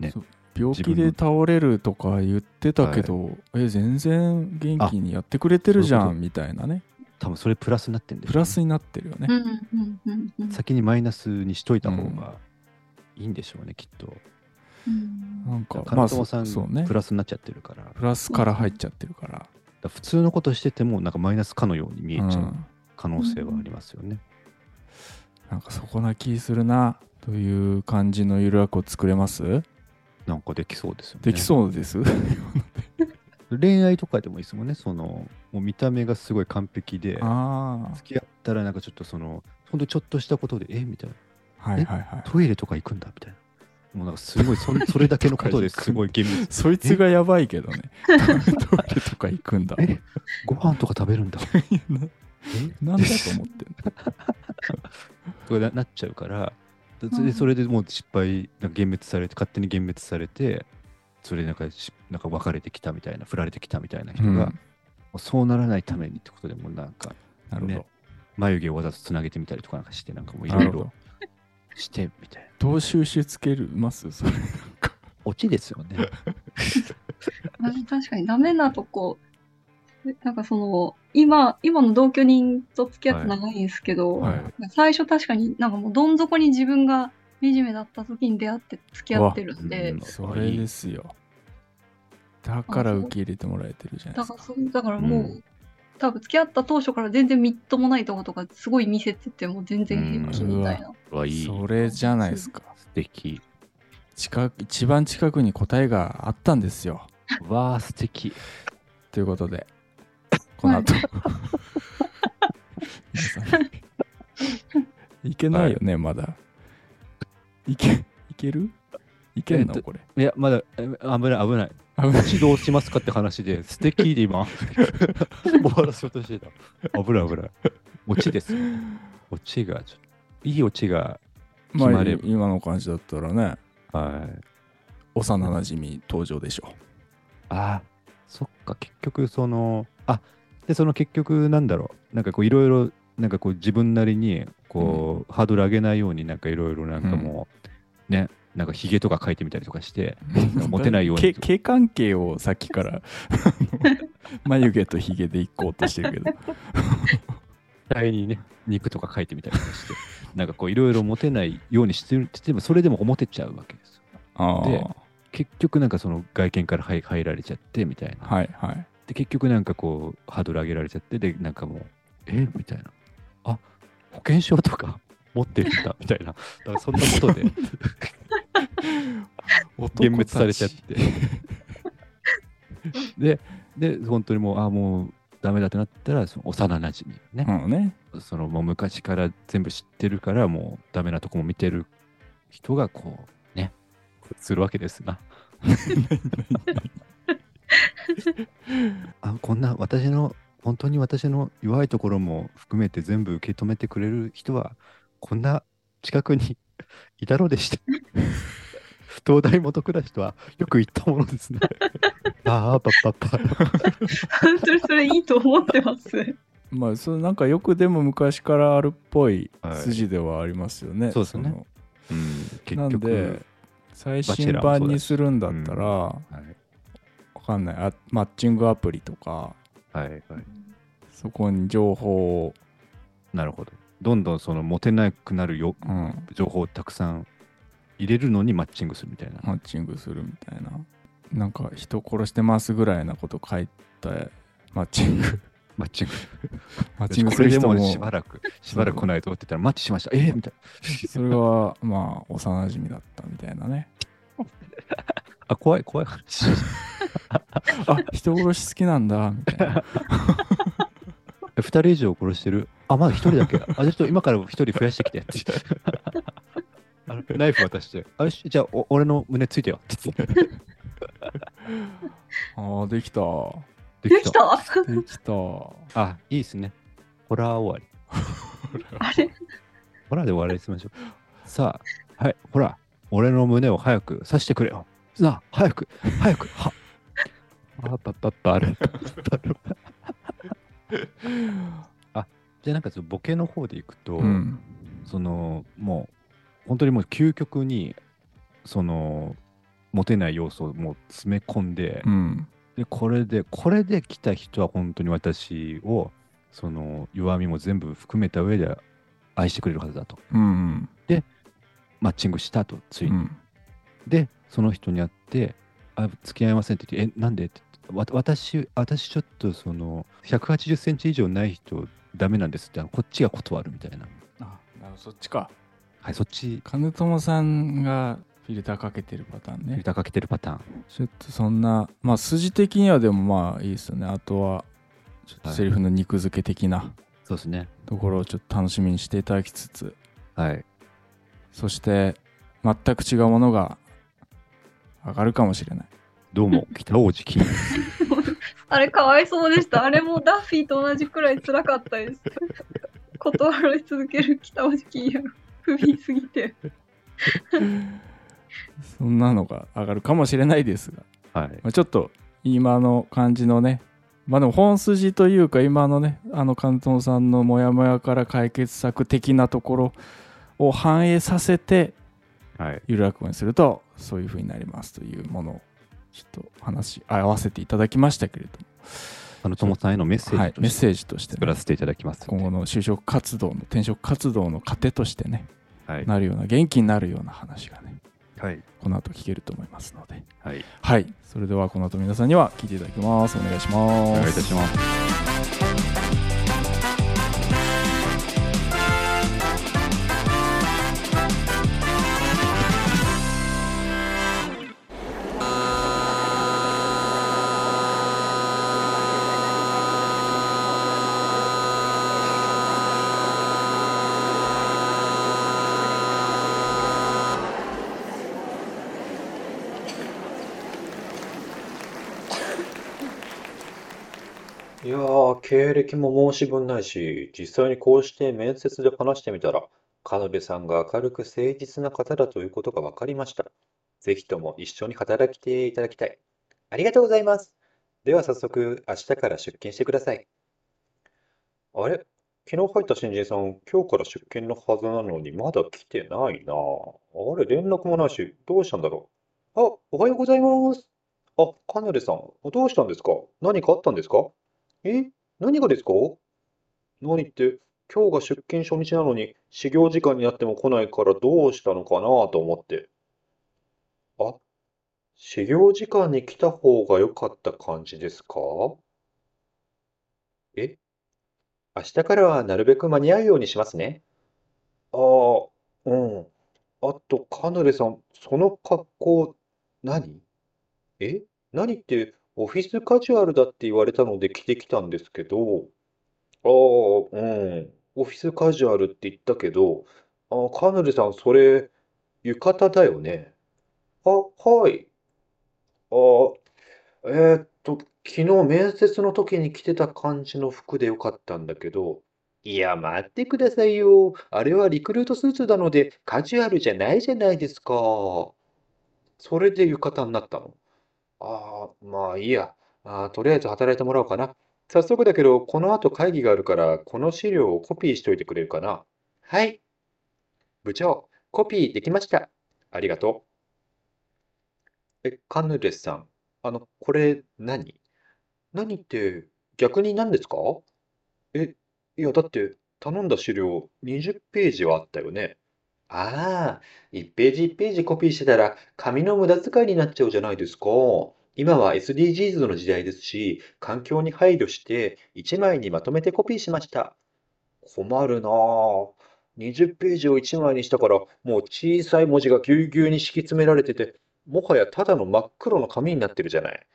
E: ね
D: そう病気で倒れるとか言ってたけど、え全然元気にやってくれてるじゃ
E: あそういうん
D: みたいなね
E: 多分それプラスになってんで
D: プラスになってるよね、
C: うんうんうんうん
E: 先にマイナスにしといた方がいいんでしょうね、きっと。
C: うん
D: なんかま
E: 金
D: あそ
E: 友さん、
D: そうね
E: プラスになっちゃってるからだか
D: プラスから入っちゃってるから、
E: ら普通のことしててもなんかマイナスかのように見え
D: うん
E: ちゃう可能性はありますよね。
D: なんかそこな気するなという感じのゆるらくを作れます
E: なんかできそうですよね。
D: できそうです、
E: 恋愛とかでもいいですもんね、そのもう見た目がすごい完璧で、
D: ああ
E: 付き合ったらなんかちょっとその、ほんとちょっとしたことで、えみたいな、
D: はいはいはい
E: トイレとか行くんだみたいな、もうなんかすごいそん、それだけのこ とですごい厳密、
D: そいつがやばいけどねトイレとか行くんだ
E: えご飯とか食べ るんだえ
D: なんだと思ってんの
E: とかななっちゃうから、で
C: う
E: そ
C: ん
E: れそれでもう失敗、なんか幻滅されて、勝手に幻滅されて、それでなんかしなんか別れてきたみたいな、振られてきたみたいな人が、
D: うん
E: もうそうならないためにってことでもうなんか、
D: なるほど、
E: ね眉毛をわざとつなげてみたりとかなんかして、なんかもうい
D: な
E: ろい
D: るほ
E: ろ
D: ど
E: してみたいな。
D: どう収集つけるますそれなんか
E: オチですよ ね。
C: 私確かにダメなとこ、なんかその、今、今の同居人と付き合って長いんですけど、
D: はい
C: 最初確かになんかもうどん底に自分が惨めだった時に出会って付き合ってるんで、
E: うわ
D: それですよ。だから受け入れてもらえてるじゃないで
C: だ
D: す
C: から
D: か。
C: そうだからもう、
E: う
C: 多分付き合った当初から全然みっともないとことかすごい見せてても全然平気みたいな。
E: はいい。
D: それじゃないですか。
E: 素敵。
D: 近く一番近くに答えがあったんですよ。
E: わあ、素敵。
D: ということ で、この後、皆さん いけないよね、まだ。いけ、いけるいけん
E: え
D: の
E: っと
D: これ。
E: いや、まだえ危ない、危ない。
D: 危な
E: オ
D: い
E: チどうしますかって話で、 素敵で今、終わらせようとしてた。危ない、危ない。オチですよ。オチが、ちょっと、いいオチが、
D: ま
E: 決
D: あ、
E: まれば
D: 今の感じだったらね、
E: はい。
D: 幼なじみ登場でしょ
E: ああ、そっか、結局、その、あで、その結局、なんだろう、なんかこう、いろいろ、なんかこう、自分なりに、こう、ハードル上げないように、なんかいろいろ、なんかもう、ね、なんか、ひげとか描いてみたりとかして、
D: う。
E: モテないよう
D: け
E: に。
D: 毛関係をさっきから、 あの眉毛とひげでいこうとしてるけど。
E: 対にね、肉とか書いてみたりとかして、 なんかこういろいろ持てないようにしてるってもそれでも思てちゃうわけですよ。
D: あー
E: で結局なんかその外見から入入られちゃってみたいな。
D: はいはい。
E: で結局なんかこうハードル上げられちゃってでなんかもうえみたいなあ保険証とか 持ってるんだみたいなだからそんなこと で幻滅されちゃってでで本当にもうあもうダメだってなったらその幼なじみね、
D: うんね。
E: そのもう昔から全部知ってるからもうダメなとこも見てる人がこうねするわけですな。 あこんな私の本当に私の弱いところも含めて全部受け止めてくれる人はこんな近くにいたのでした。東大元暮らしとはよく言ったものです ね。ああ、パッパッパ。
C: 本当にそれいいと思ってます。
D: まあ、それなんかよくでも昔からあるっぽい
E: はい
D: 筋ではありますよね。
E: そうですね
D: の
E: うん、結
D: なんで
E: 局、、
D: 最新版にするんだったら、わ
E: はい、
D: かんないあ、マッチングアプリとか、
E: はい、はい。
D: そこに情報を、
E: なるほど。どんどんそのモテなくなるよ、
D: うん、
E: 情報をたくさん入れるのにマッチングするみたいな。
D: マッチングするみたいな。なんか人殺してますぐらいなこと書いたマッチング、
E: マッチング。
D: マッチングする人
E: これ
D: も
E: で、しばらく、しばらく来ないと思ってたら、マッチしました。えー、みたい
D: それはまあ、幼馴染だったみたいなね。
E: な。あ、怖い、怖い話。
D: あ、人殺し好きなんだ、みたいな。
E: え二人以上殺してる。あ、まだ一人だけ。あ、じゃあちょっと今から一人増やしてきて。 あのナイフ渡して。あよし、じゃあお俺の胸ついてよ。
D: ああ、できた。
E: で
C: できた
D: でき た。
E: あ、いいですね。ホラー終わり。
C: あれ
E: ホラーで終わりにしましょう。さあ、はい、ほら、俺の胸を早く刺してくれよ。さあ、早く、早く、は。あ、ばばばる。 じゃあ、なんかそのボケの方でいくと、
D: うん。
E: その、もう、本当にもう究極に、その、モテない要素をもう詰め込んで、
D: うん。
E: で、これで、これで来た人は本当に私を、その、弱みも全部含めた上で愛してくれるはずだと。
D: うん。
E: マッチングしたと、つ
D: う
E: いに。
D: ん。
E: で、その人に会って、あ付き合いませんって言って、え、なんでってわ私、私ちょっとその、180センチ以上ない人、ダメなんですって、あのこっちが断るみたいな。
D: あ、なるほどそっちか。
E: はい、そっち、
D: 金友さんがフィルターかけてるパターンね。
E: 歌かけてるパターン。
D: ちょっとそんな、まあ筋的にはでもまあいいですよね。あとは、ちょっとセリフの肉付け的な
E: そうですね。
D: ところをちょっと楽しみにしていただきつつ、
E: はい。
D: そして、全く違うものが上がるかもしれない。
E: どうも、北王子金融。
C: あれかわいそうでした。あれもダッフィーと同じくらい辛かったです。断られ続ける北尾金融。不憫すぎて。
D: そんなのが上がるかもしれないですが、
E: はい。
D: まあ、ちょっと今の感じのね、まあでも本筋というか今のね、あの関東さんのモヤモヤから解決策的なところを反映させて、
E: はい。
D: ゆる落語にするとそういう風になりますというものをちょっと話あ合わせていただきましたけれども、
E: あの、友さんへのメッセ
D: は
E: ージ
D: い、
E: と
D: メッ
E: して
D: セージとして
E: 作
D: ね、
E: らせていただきます
D: 今後
E: ので。
D: の就職活動の転職活動の糧としてね
E: はい。
D: なるような元気になるような話がね
E: はい。
D: この後聞けると思いますので
E: はい。
D: はいそれではこの後皆さんには聞いていただきますお願いします
E: お願いいたします。
F: いやー、経歴も申し分ないし、実際にこうして面接で話してみたら、カノベさんが明るく誠実な方だということが分かりました。ぜひとも一緒に働きていただきたい。ありがとうございます。では早速、明日から出勤してください。あれ昨日入った新人さん、今日から出勤のはずなのに、まだ来てないな。あれ連絡もないし、どうしたんだろう。あ、おはようございます。あ、カヌレさん、どうしたんですか何かあったんですかえ、何がですか何って、今日が出勤初日なのに、始業時間になっても来ないからどうしたのかなと思って。あ、始業時間に来た方が良かった感じですかえ明日からはなるべく間に合うようにしますね。ああ、うん。あと、カヌレさん、その格好、何え何って、オフィスカジュアルだって言われたので着てきたんですけど、ああ、うん。オフィスカジュアルって言ったけど、あー、カヌレさん、それ、浴衣だよね。あ、はい。あー、えーっと、昨日面接の時に着てた感じの服でよかったんだけど。いや、待ってくださいよ。あれはリクルートスーツなので、カジュアルじゃないじゃないですか。それで浴衣になったの。ああ、まあいいや。あーとりあえず働いてもらおうかな。早速だけど、この後会議があるから、この資料をコピーしといてくれるかな。はい。部長、コピーできました。ありがとう。え、カヌレさん、あの、これ何何って逆に何ですかえ、いや、だって頼んだ資料20ページはあったよね。ああ、1ページ1ページコピーしてたら紙の無駄遣いになっちゃうじゃないですか。今は SDGs の時代ですし、環境に配慮して1枚にまとめてコピーしました。困るなあ。20ページを1枚にしたから、もう小さい文字がぎゅうぎゅうに敷き詰められてて、もはやただの真っ黒の紙になってるじゃない。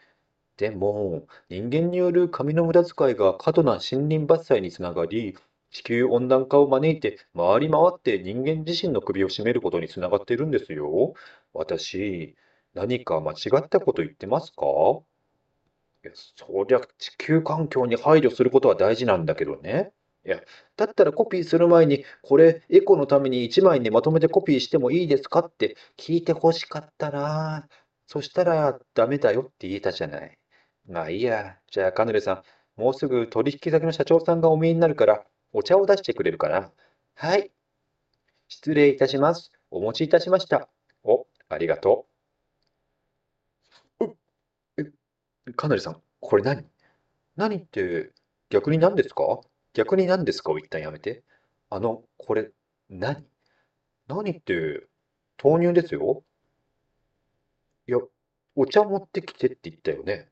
F: でも、人間による紙の無駄遣いが過度な森林伐採につながり、地球温暖化を招いて回り回って人間自身の首を絞めることにつながっているんですよ。私、何か間違ったこと言ってますかいや、そりゃ地球環境に配慮することは大事なんだけどね。いや、だったらコピーする前に、これエコのために1枚にまとめてコピーしてもいいですかって聞いてほしかったな。そしたらダメだよって言えたじゃない。まあいいや。じゃあカヌレさん、もうすぐ取引先の社長さんがお見えになるから、お茶を出してくれるかな。はい。失礼いたします。お持ちいたしました。お、ありがとう。うえ、カヌレさん、これ何何って、逆に何ですか逆に何ですかを一旦やめて。あの、これ、何何って、豆乳ですよ。いや、お茶持ってきてって言ったよね。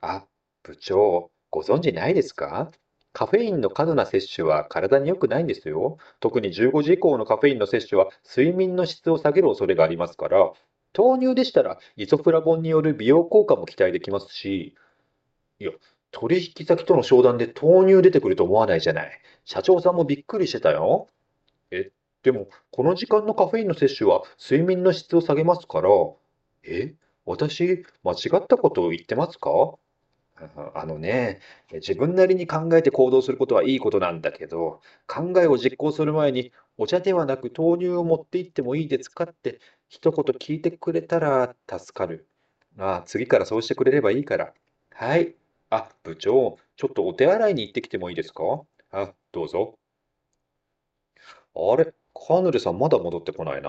F: あ、部長、ご存知ないですかカフェインの過度な摂取は体に良くないんですよ。特に15時以降のカフェインの摂取は睡眠の質を下げる恐れがありますから、豆乳でしたらイソフラボンによる美容効果も期待できますし、いや、取引先との商談で豆乳出てくると思わないじゃない。社長さんもびっくりしてたよ。え、でも、この時間のカフェインの摂取は睡眠の質を下げますから、え、私、間違ったことを言ってますか ああのね、自分なりに考えて行動することはいいことなんだけど、考えを実行する前に、お茶ではなく豆乳を持って行ってもいいですかって一言聞いてくれたら助かる。ああ、次からそうしてくれればいいから。はい。あ、部長、ちょっとお手洗いに行ってきてもいいですかあ、どうぞ。あれ、カヌレさんまだ戻ってこないな。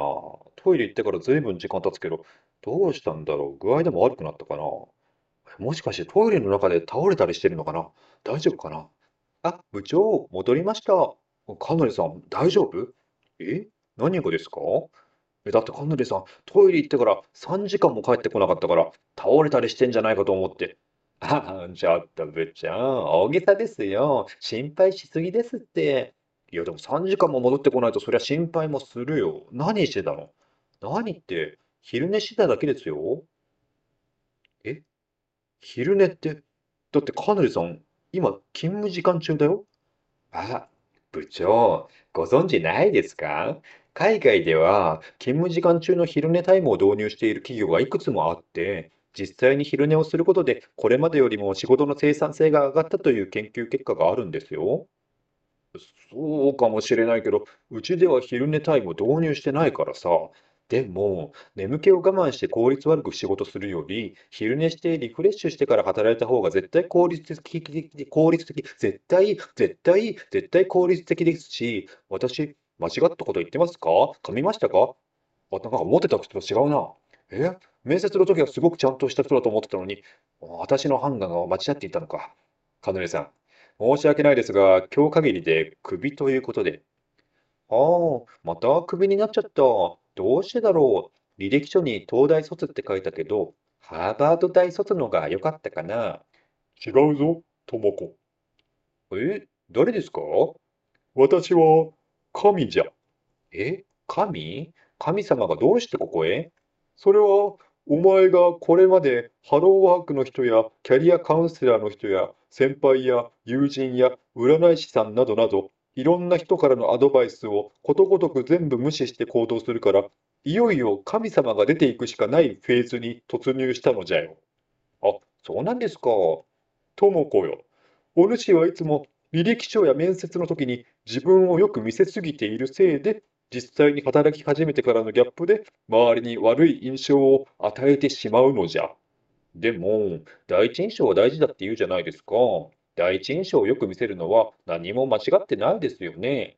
F: トイレ行ってからずいぶん時間経つけど、どうしたんだろう具合でも悪くなったかなもしかしてトイレの中で倒れたりしてるのかな大丈夫かなあ、部長、戻りました。カヌレさん、大丈夫え何がですかえ、だってカヌレさん、トイレ行ってから3時間も帰ってこなかったから、倒れたりしてんじゃないかと思って。 ああ、ちょっと部長、大げさですよ。心配しすぎですって。いや、でも3時間も戻ってこないとそりゃ心配もするよ。何してたの何って、昼寝してただけですよ。え昼寝って、だってカヌレさん、今勤務時間中だよ。あ、部長、ご存知ないですか海外では勤務時間中の昼寝タイムを導入している企業がいくつもあって、実際に昼寝をすることで、これまでよりも仕事の生産性が上がったという研究結果があるんですよ。そうかもしれないけど、うちでは昼寝タイムを導入してないからさ。でも、眠気を我慢して効率悪く仕事するより、昼寝してリフレッシュしてから働いた方が絶対効率的、効率的、絶対、絶対、絶対効率的ですし、私、間違ったこと言ってますか噛みましたかあ、なんか思ってた人と違うな。え面接の時はすごくちゃんとした人だと思ってたのに、私の判断が間違っていたのか。カヌレさん、申し訳ないですが、今日限りでクビということで。ああ、またクビになっちゃった。どうしてだろう。履歴書に東大卒って書いたけど、ハーバード大卒のが良かったかな。違うぞ、ともこ。え、誰ですか私は、神じゃ。え、神神様がどうしてここへそれは、お前がこれまでハローワークの人やキャリアカウンセラーの人や先輩や友人や占い師さんなどなどいろんな人からのアドバイスをことごとく全部無視して行動するからいよいよ神様が出ていくしかないフェーズに突入したのじゃよ。あ、そうなんですか。ともこよ。お主はいつも履歴書や面接の時に自分をよく見せすぎているせいで実際に働き始めてからのギャップで周りに悪い印象を与えてしまうのじゃ。でも、第一印象は大事だって言うじゃないですか。第一印象をよく見せるのは何も間違ってないですよね。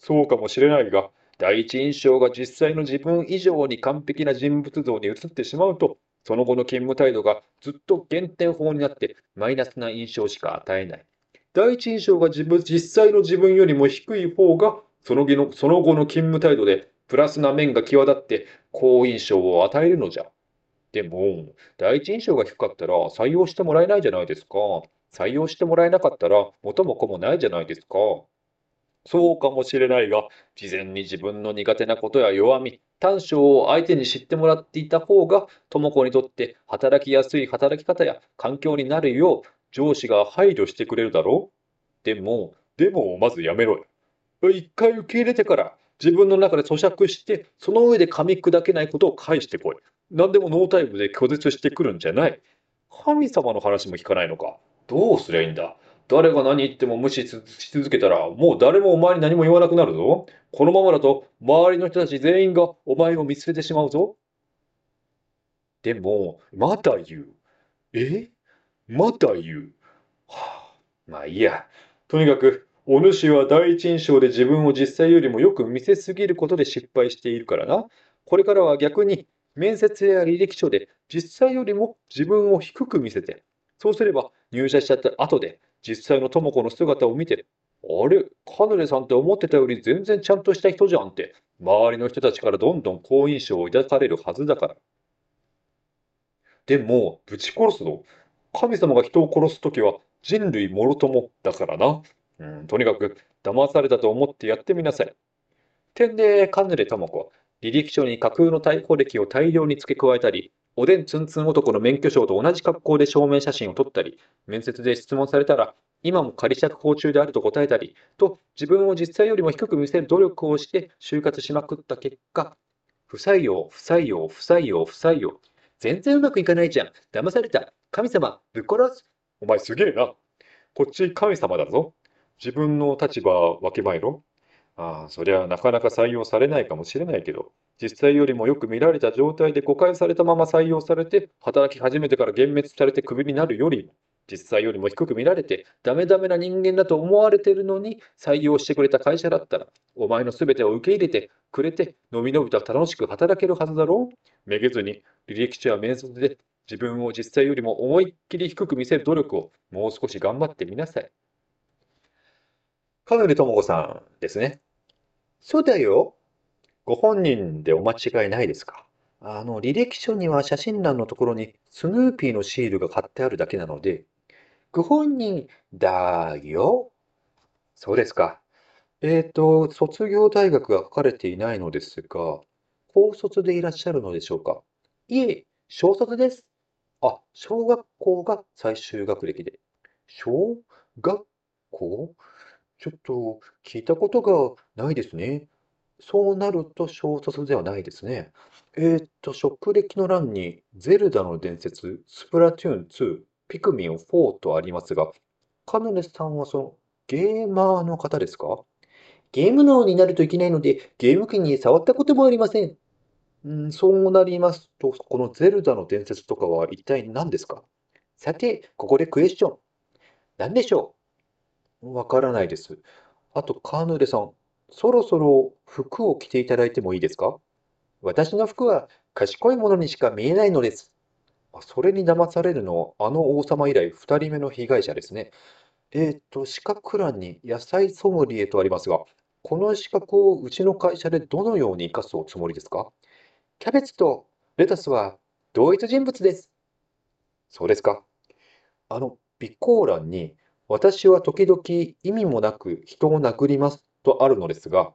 F: そうかもしれないが、第一印象が実際の自分以上に完璧な人物像に移ってしまうと、その後の勤務態度がずっと減点法になってマイナスな印象しか与えない。第一印象が自分、実際の自分よりも低い方がその後の、その後の勤務態度でプラスな面が際立って好印象を与えるのじゃ。でも、第一印象が低かったら採用してもらえないじゃないですか。採用してもらえなかったら元も子もないじゃないですか。そうかもしれないが、事前に自分の苦手なことや弱み、短所を相手に知ってもらっていた方が、智子にとって働きやすい働き方や環境になるよう上司が配慮してくれるだろう。でも、でもまずやめろよ。一回受け入れてから自分の中で咀嚼してその上で噛み砕けないことを返してこい何でもノータイムで拒絶してくるんじゃない神様の話も聞かないのかどうすりゃいいんだ誰が何言っても無視し続けたらもう誰もお前に何も言わなくなるぞこのままだと周りの人たち全員がお前を見捨ててしまうぞでもまだ言うえまだ言うはあまあいいやとにかく、お主は第一印象で自分を実際よりもよく見せすぎることで失敗しているからな。これからは逆に、面接や履歴書で実際よりも自分を低く見せて、そうすれば入社しちゃった後で実際の智子の姿を見て、あれ、カヌレさんって思ってたより全然ちゃんとした人じゃんって、周りの人たちからどんどん好印象を抱かれるはずだから。でも、ぶち殺すぞ。神様が人を殺すときは人類もろともだからな。うん、とにかく騙されたと思ってやってみなさい。点でカヌレ智子は履歴書に架空の逮捕歴を大量に付け加えたり、おでんつんつん男の免許証と同じ格好で証明写真を撮ったり、面接で質問されたら、今も仮釈放中であると答えたり、と自分を実際よりも低く見せる努力をして就活しまくった結果、不採用、不採用、不採用、不採用。全然うまくいかないじゃん。騙された。神様、ぶっ殺す。お前すげえな。こっち神様だぞ。自分の立場はわきまえろ。ああ、そりゃなかなか採用されないかもしれないけど、実際よりもよく見られた状態で誤解されたまま採用されて、働き始めてから幻滅されてクビになるよりも、実際よりも低く見られて、ダメダメな人間だと思われてるのに、採用してくれた会社だったら、お前の全てを受け入れてくれて、のびのびと楽しく働けるはずだろう。めげずに、履歴書や面接で自分を実際よりも思いっきり低く見せる努力をもう少し頑張ってみなさい。かぐりともこさんですね。そうだよ。ご本人でお間違いないですかあの、履歴書には写真欄のところにスヌーピーのシールが貼ってあるだけなので、ご本人だよ。そうですか。えっと、卒業大学が書かれていないのですが、高卒でいらっしゃるのでしょうかいえ、小卒です。あ、小学校が最終学歴で。小学校ちょっと聞いたことがないですね。そうなると小卒ではないですね。えーっと、職歴の欄に、ゼルダの伝説、スプラトゥーン2、ピクミン4とありますが、カヌレさんはそのゲーマーの方ですかゲーム脳になるといけないので、ゲーム機に触ったこともありません。うん、そうなりますと、このゼルダの伝説とかは一体何ですかさて、ここでクエスチョン。何でしょうわからないです。あと、カーヌレさん、そろそろ服を着ていただいてもいいですか私の服は賢いものにしか見えないのです。あそれに騙されるの、あの王様以来二人目の被害者ですね。えっと、資格欄に野菜ソムリエとありますが、この資格をうちの会社でどのように活かすおつもりですかキャベツとレタスは同一人物です。そうですか。あの、備考欄に、私は時々意味もなく人を殴りますとあるのですが、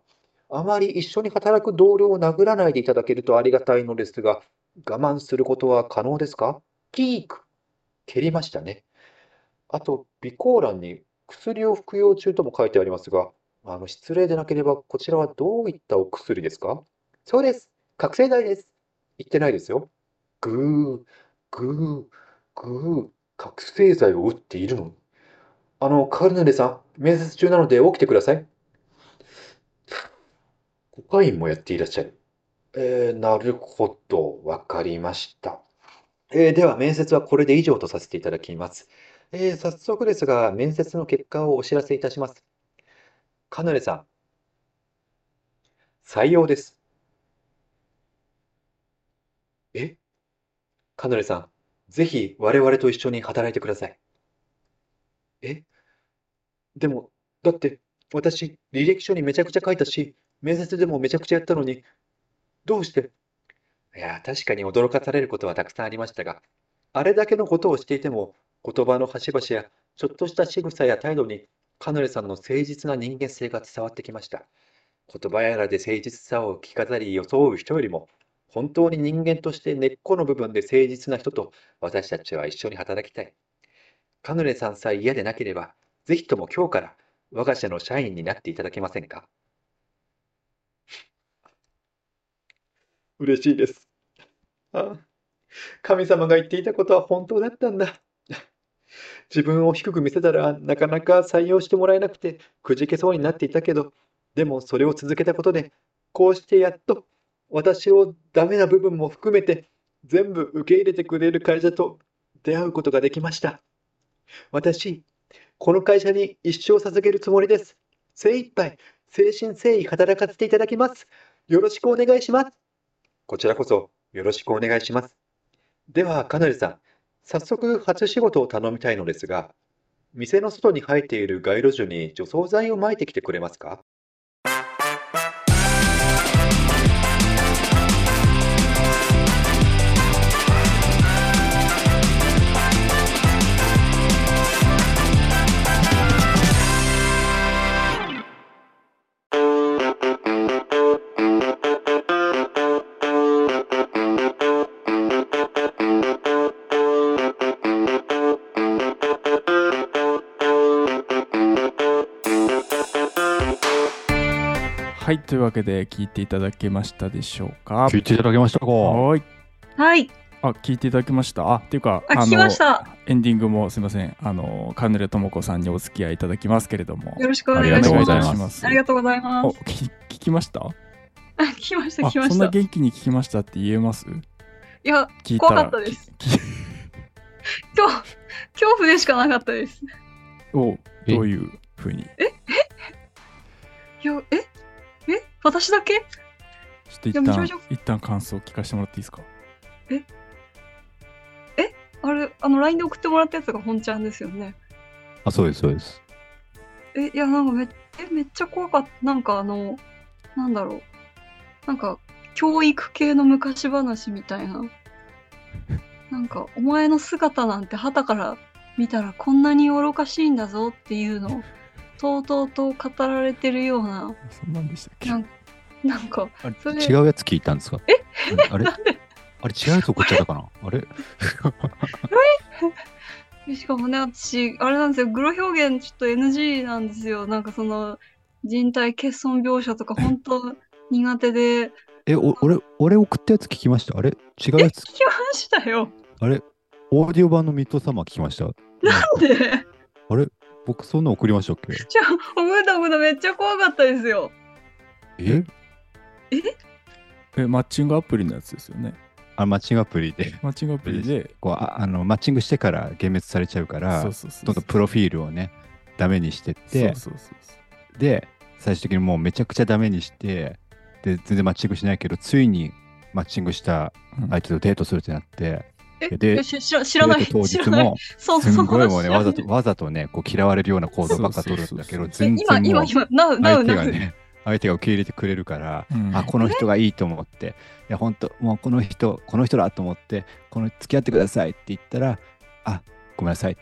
F: あまり一緒に働く同僚を殴らないでいただけるとありがたいのですが、我慢することは可能ですかキーク。蹴りましたね。あと、備考欄に薬を服用中とも書いてありますが、あの、失礼でなければ、こちらはどういったお薬ですかそうです。覚醒剤です。言ってないですよ。ぐー、ぐー、ぐー、覚醒剤を打っているのあの、カルネレさん、面接中なので起きてください。コカインもやっていらっしゃる。えー、なるほど。わかりました。えー、では、面接はこれで以上とさせていただきます。えー、早速ですが、面接の結果をお知らせいたします。カヌレさん、採用です。えカヌレさん、ぜひ我々と一緒に働いてください。えでも、だって、私、履歴書にめちゃくちゃ書いたし、面接でもめちゃくちゃやったのに、どうしていや、確かに驚かされることはたくさんありましたが、あれだけのことをしていても、言葉の端々や、ちょっとした仕草や態度に、カヌレさんの誠実な人間性が伝わってきました。言葉やらで誠実さを着飾り装う人よりも、本当に人間として根っこの部分で誠実な人と私たちは一緒に働きたい。カヌレさんさえ嫌でなければ、ぜひとも今日から我が社の社員になっていただけませんか嬉しいです。ああ、神様が言っていたことは本当だったんだ。自分を低く見せたらなかなか採用してもらえなくてくじけそうになっていたけど、でもそれを続けたことで、こうしてやっと私をダメな部分も含めて全部受け入れてくれる会社と出会うことができました。私、この会社に一生捧げるつもりです。精一杯、誠心誠意働かせていただきます。よろしくお願いします。こちらこそよろしくお願いします。では、カヌレさん、早速初仕事を頼みたいのですが、店の外に生えている街路樹に除草剤をまいてきてくれますか
D: はい、というわけで聞いていただけましたでしょうか
E: 聞いていただけましたか
D: はーい。
C: はい。
D: あ、聞いていただきました。あ、っていうか、
C: あ、聞きました。
D: エンディングもすいません。あの、カヌレともこさんにお付き合いいただきますけれども。
C: よろしくお
E: あ
C: 願
E: り
C: い
E: がと
C: し
E: うご
C: ま
E: ざい
C: す。
E: ます
C: ありがとうございま
D: お
C: す。
D: 聞き聞きました
C: あ聞きました、聞
D: あ
C: きま
D: そん
C: し
D: な
C: た。い
D: 元気に聞きましたって言えます
C: や、
D: 聞いた
C: 怖からったです。
D: き
C: 恐怖、恐怖でしかなかったです。
D: を
E: え
D: どういうふうに
C: いや、ええ私だけ
D: ちょっと一
C: いやめちゃ
D: 旦
C: めちゃ
D: 一旦感想を聞かせてもらっていいですか
C: あれ、あの、LINE で送ってもらったやつが本ちゃんですよね。
E: あ、そうです、そうです。
C: え、いや、なんかめ、え、めっちゃ怖かった。なんかあの、なんだろう。なんか、教育系の昔話みたい な。なんか、お前の姿なんて旗から見たらこんなに愚かしいんだぞっていうのを、とうとうと語られてるような、
D: そんなんでしたっけ
C: なんなんか、
E: あれ
C: それ
E: 違うやつ聞いたんですかえあれあれ違うやつ送っちゃった かなあれ
C: しかもね、私、あれなんですよ、グロ表現ちょっと NG なんですよ。なんかその、人体欠損描写とか本当苦手で、
E: え、お俺、俺送ったやつ聞きましたあれ違うやつ
C: 聞きましたよ。
E: あれオーディオ版のミッドサマー聞きました
C: なんでじ
E: 僕、そんなの送りましたっ け
C: ゃあ、むだむだめっちゃ怖かったですよ。
E: え
D: えマッチングアプリのやつですよね
E: あマッチングアプリで、
D: マッチングアプリで
E: こうああの、マッチングしてから幻滅されちゃうから、
D: そうそうそう
E: どんどんプロフィールをね、ダメにしてって、
D: そうそうそうそう
E: で、最終的にもうめちゃくちゃダメにして、で、全然マッチングしないけど、ついにマッチングした
D: うん
E: 相手とデートするってなって、え
C: え
E: で、
C: し知ら知らない。
E: デート当
C: 知ら
E: 日
C: ない。
E: も、
C: そ
E: すんごいもうね、
C: その話
E: わざと、わざとね、こう嫌われるような行動ばっか取るんだけ
D: そ
E: ど、
D: う
C: え
E: 全然も
C: 今、今、
E: う
C: 今、なう、なう、
E: 相
C: な
E: 手が
C: う。
E: ね、相手が受け入れてくれるから、
D: うん
E: あ、この人がいいと思って、いや、本当もうこの人、この人だと思って、この付き合ってくださいって言ったら、あ、ごめんなさいって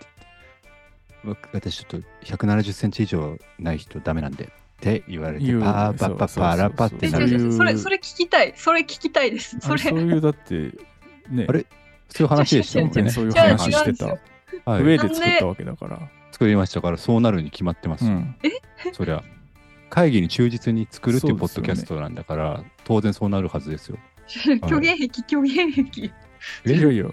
E: 言って、僕私ちょっと170センチ以上ない人ダメなんでって言われて、
D: 言う
E: パーパ
D: そう
E: ッパ
D: そう
E: パーラパって
C: え
D: え
E: な
D: そう
C: 違
E: る。
C: 違うそ
D: そ
C: れ、
D: ういう
C: それ聞きたい。それ聞きたいです。
D: あ
C: そ
D: れ
C: れ
D: そう。いうだってね
E: あれそういう話でし
D: そ
E: た
D: う
E: もんね。
D: そういう
C: 違う
D: 話して
C: 違う
D: た
E: はい
D: 上で作ったわけだから、
E: 作りましたから、そうなるに決まってます
D: う
E: よ。
D: ん、
E: そりゃ。会議に忠実に作るっていう
D: そ
E: ポ
D: うで
E: ッ
D: すよ
E: ド
D: ね
E: キャストなんだから、当然そうなるはずですよ。
C: 虚言癖、虚言癖。
D: いやいや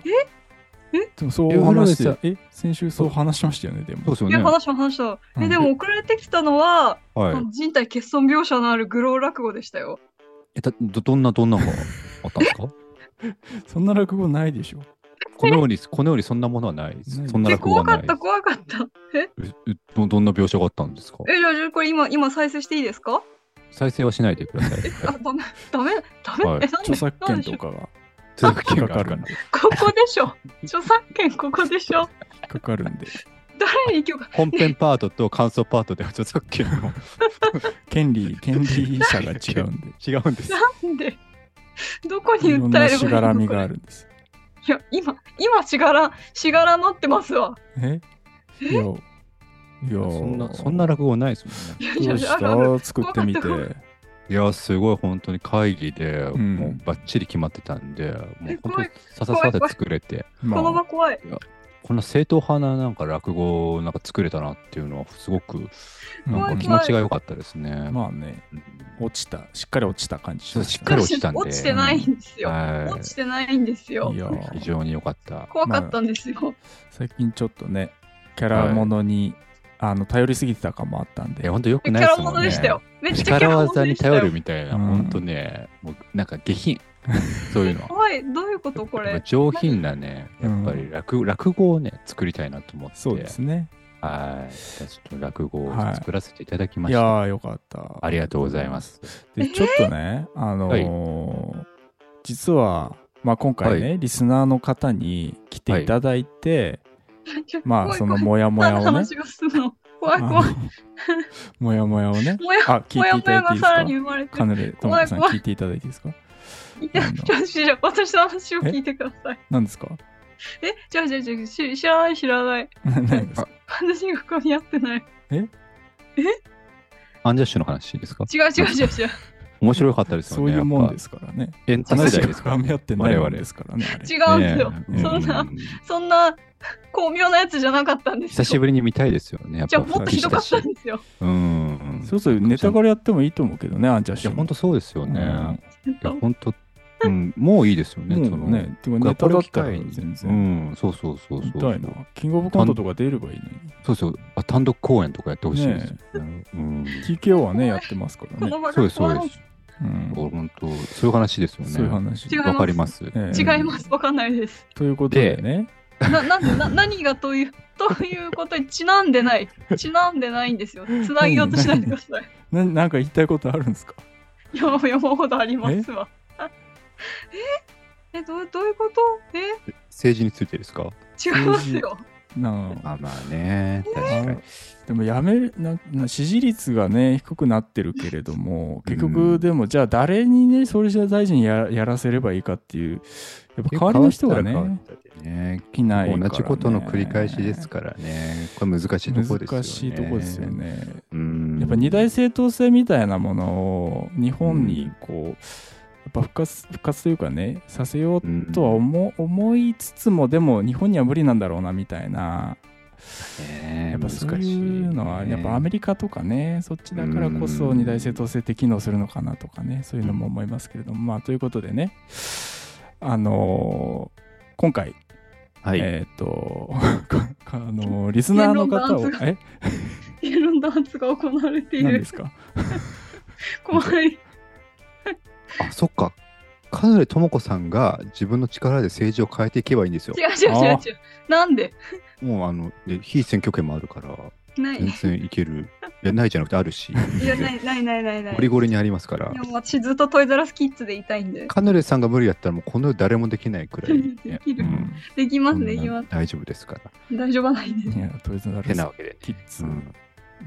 D: でもそう
E: え
D: 話し
E: 浦
D: て
E: 部
D: え先週そう話しましたよねでも
E: そうですよ
C: い
E: ね
C: や、。話も話も。
D: う
C: え、
D: ん
C: でも送られてきたのは、
E: はい
C: あの人体欠損描写のあるグロー落語でしたよ。
E: えたどどんなどんなのがあったん ですか
D: そんな落語ないでしょ
E: この世にこの世にそんなものはないです
D: ない
E: そんな
C: え、
E: 落語は
C: 怖か
E: な
C: っ
E: い
C: た、怖かった。え、
E: ええどどんな描写があったんですか
C: え、じゃあ、じゃあこれ今、今再生していいですか
E: 再生はしないでください。
C: あ、ダメ、ダメ、ダメ、
E: は
C: え、な
E: い
C: んで
D: 著作権
C: なんでしょ
D: と
C: う
D: かが
E: 著作権
D: か
E: があ
D: か
E: るか
D: るん
E: ら
D: で
C: ここでし ょ。著作権ここでしょ。
D: かかるんで
C: 誰に許可
E: 本編パートと感想パートでは著作 権も
D: 権利権利者が違うんで
E: 違うんです。
C: なんでどこに
D: いろん
C: 訴え
D: な
C: ればいいの
D: しがらみがあ
C: こ
D: るんです
C: れいや、今、今しがら、しがらまってますわ。
D: えいやいや
E: そんなそんな落語ないですもん
C: い
E: ね。
C: やい
D: ど
C: や
D: う
C: い
D: し
C: や、あるある
D: た作ってみて
C: 怖か
E: いやすごい本当に会議で
D: ん
E: もうバッチリ決まってたんで、もう本当
C: 怖
E: に
C: い
E: さささで作れて
D: ま
C: この
D: あ
C: 場怖い。
E: こんな正統派ななんか落語をなんか作れたなっていうのはすごく
D: うん
E: なんか気持ちが良かったですね。
D: まあね落ちたしっかり落ちた感じ
E: そうしっかり落ちたんで
C: 落ちてないんですよ。
E: は
C: 落ちてないんですよ
D: い。や
E: い、非常に良かった。
C: 怖かったんですよ。
D: 最近ちょっとねキャラものに、あの頼りすぎてた感もあったん
E: え
D: で
E: 本当良
C: キャ
E: くないで
C: ラ
E: す
C: も
E: も
C: の
E: んね。
C: でしたよ。めっちゃキャラ
E: 力
C: もの
E: 技
C: で
E: に
C: したよ
E: 頼。るみたいな、
D: うん
E: ほんとね、もうなんか下品、そういうのは。
C: 怖い、どういうことこれ。
E: 上品なね、
D: う
E: や
D: ん
E: っぱり落,、落語をね、作りたいなと思って、
D: そうですね
E: はい。じゃあちょっと落語を
D: はい
E: 作らせていただきま
D: い
E: した。
D: やーよかった
E: ありがとうございます。
D: でちょっとね、あのー実は、まあ、今回ね、リスナーの方に来ていただいて、 まあその
C: も
D: モヤモヤをね
C: 話がするの。怖
D: あ
C: い怖い。
D: の モヤモヤをね
C: もや、
D: あ聞い
C: も
D: て
C: や
D: い
C: も
D: ただいて
C: や
D: いいで
C: が
D: す
C: さら
D: か
C: に生まれて
D: カ。ヌレともこさん
C: 怖い怖い
D: 聞いていただいていいですか
C: いや、じゃあじゃあ私の話を聞いてください。
D: 何ですか
C: え、じゃあじゃあじゃあし知らない知らない。
D: 何 ですか
C: 私がここに合ってない。
E: アンジャッシュの話ですか
C: 違う違う違う違う。
E: 面白かったですよね。。
D: そういうもんですすからね
E: エンタメ
D: 話
E: 時代
D: が
E: ですから
D: 絡み合ってないもんですからねあれ
C: 違うんですよ。
E: ね
C: そんな
E: う
C: そんな巧妙なやつじゃなかったんですよ。
E: 久しぶりに見たいですよね。やっ
C: じ
E: ぱ
C: ゃあもっとひどかったんですよ。
E: うんうん。
D: そうそうネタからやってもいいと思うけどねアンジャッ
E: い
D: シ
E: や、
D: ュも
E: ほんとそうですよね。
D: うん
E: いや、ほんと、うん、もういいですよね。そ
D: も
E: の
D: うねてかネタだったら全
E: う
D: 然
E: ん、そうそうそう
D: 見
E: そ
D: た
E: う
D: いな。キングオブコントとか出ればいいのに
E: そうそう、あ単独公演とかやってほしいですよね、うん。
D: TKO はねやってますから
C: こ
D: ね
C: の場
E: そ
C: が
E: うです、そう
C: 怖
E: で
C: い。
E: す。
D: うん
E: 本当、そういう話ですよね。
D: そういう話
C: 違う
E: わかります。
D: え
C: 違います。わかんないです。
D: ということでね
C: な、なんで、な、何がという、 ということにちなんでない。ちなんでないんですよ。つなぎようとしないでください。
D: ななんか言いたいことあるんですか
C: 山ほ山ほどありますわ。ええ、どう、どういうことえ
E: 政治についてですか
C: 違いますよ。
D: なあ
E: まあまあね、確
D: あ
E: かに。
D: でもやめるなな支持率がね低くなってるけれども結
E: う
D: 局
E: ん
D: でもじゃあ誰にね総理大臣ややらせればいいかっていうやっぱ代わりの人がね
E: ね。
D: 来ないから、ね、
E: 同じことの繰り返しですからね。これ難しいところですよね。
D: 難しいとこですよ。ね
E: うん。
D: やっぱ二大正当性みたいなものを日本にこう、やっぱ復活復活というかねさせようとは思,、思いつつもでも日本には無理なんだろうなみたいな
E: ね
D: やっぱ
E: 難
D: そ
E: し
D: う
E: い
D: い
E: ね。
D: うのはやっぱアメリカとかねそっちだからこそ
E: うん
D: 二大正当性って機能するのかなとかねそういうのも思いますけれどもまあということでねあのー今回、
E: はい。
D: えっ、と あのーリスナーの方を
C: 言論弾圧
D: え
C: 言論弾圧が行われてい
D: 何で
C: る。
D: すか
C: 怖い。
E: あ、そっか。カヌレともこさんが自分の力で政治を変えていけばいいんですよ
C: 違う。違う違う違う。なんで
E: もうあの、で非選挙権もあるから、
C: ない
E: 全。然いける。や、ないじゃなくてあるし、
C: いや、ないないないないない。
E: ゴリゴリにありますから
C: いや、、もう私ずっとトイザラスキッズでいたいんで。
E: カヌレさんが無理やったら、もうこの世誰もできないく らい、ね
C: 、でき
D: う
C: る。
D: ん
C: できま
E: そ
C: す、
E: んな
C: できます。
E: 大丈夫ですから。
C: 大丈夫はないです
D: い。やトイザラ
E: てな
D: ス
E: わけで。
D: キッズ
E: うん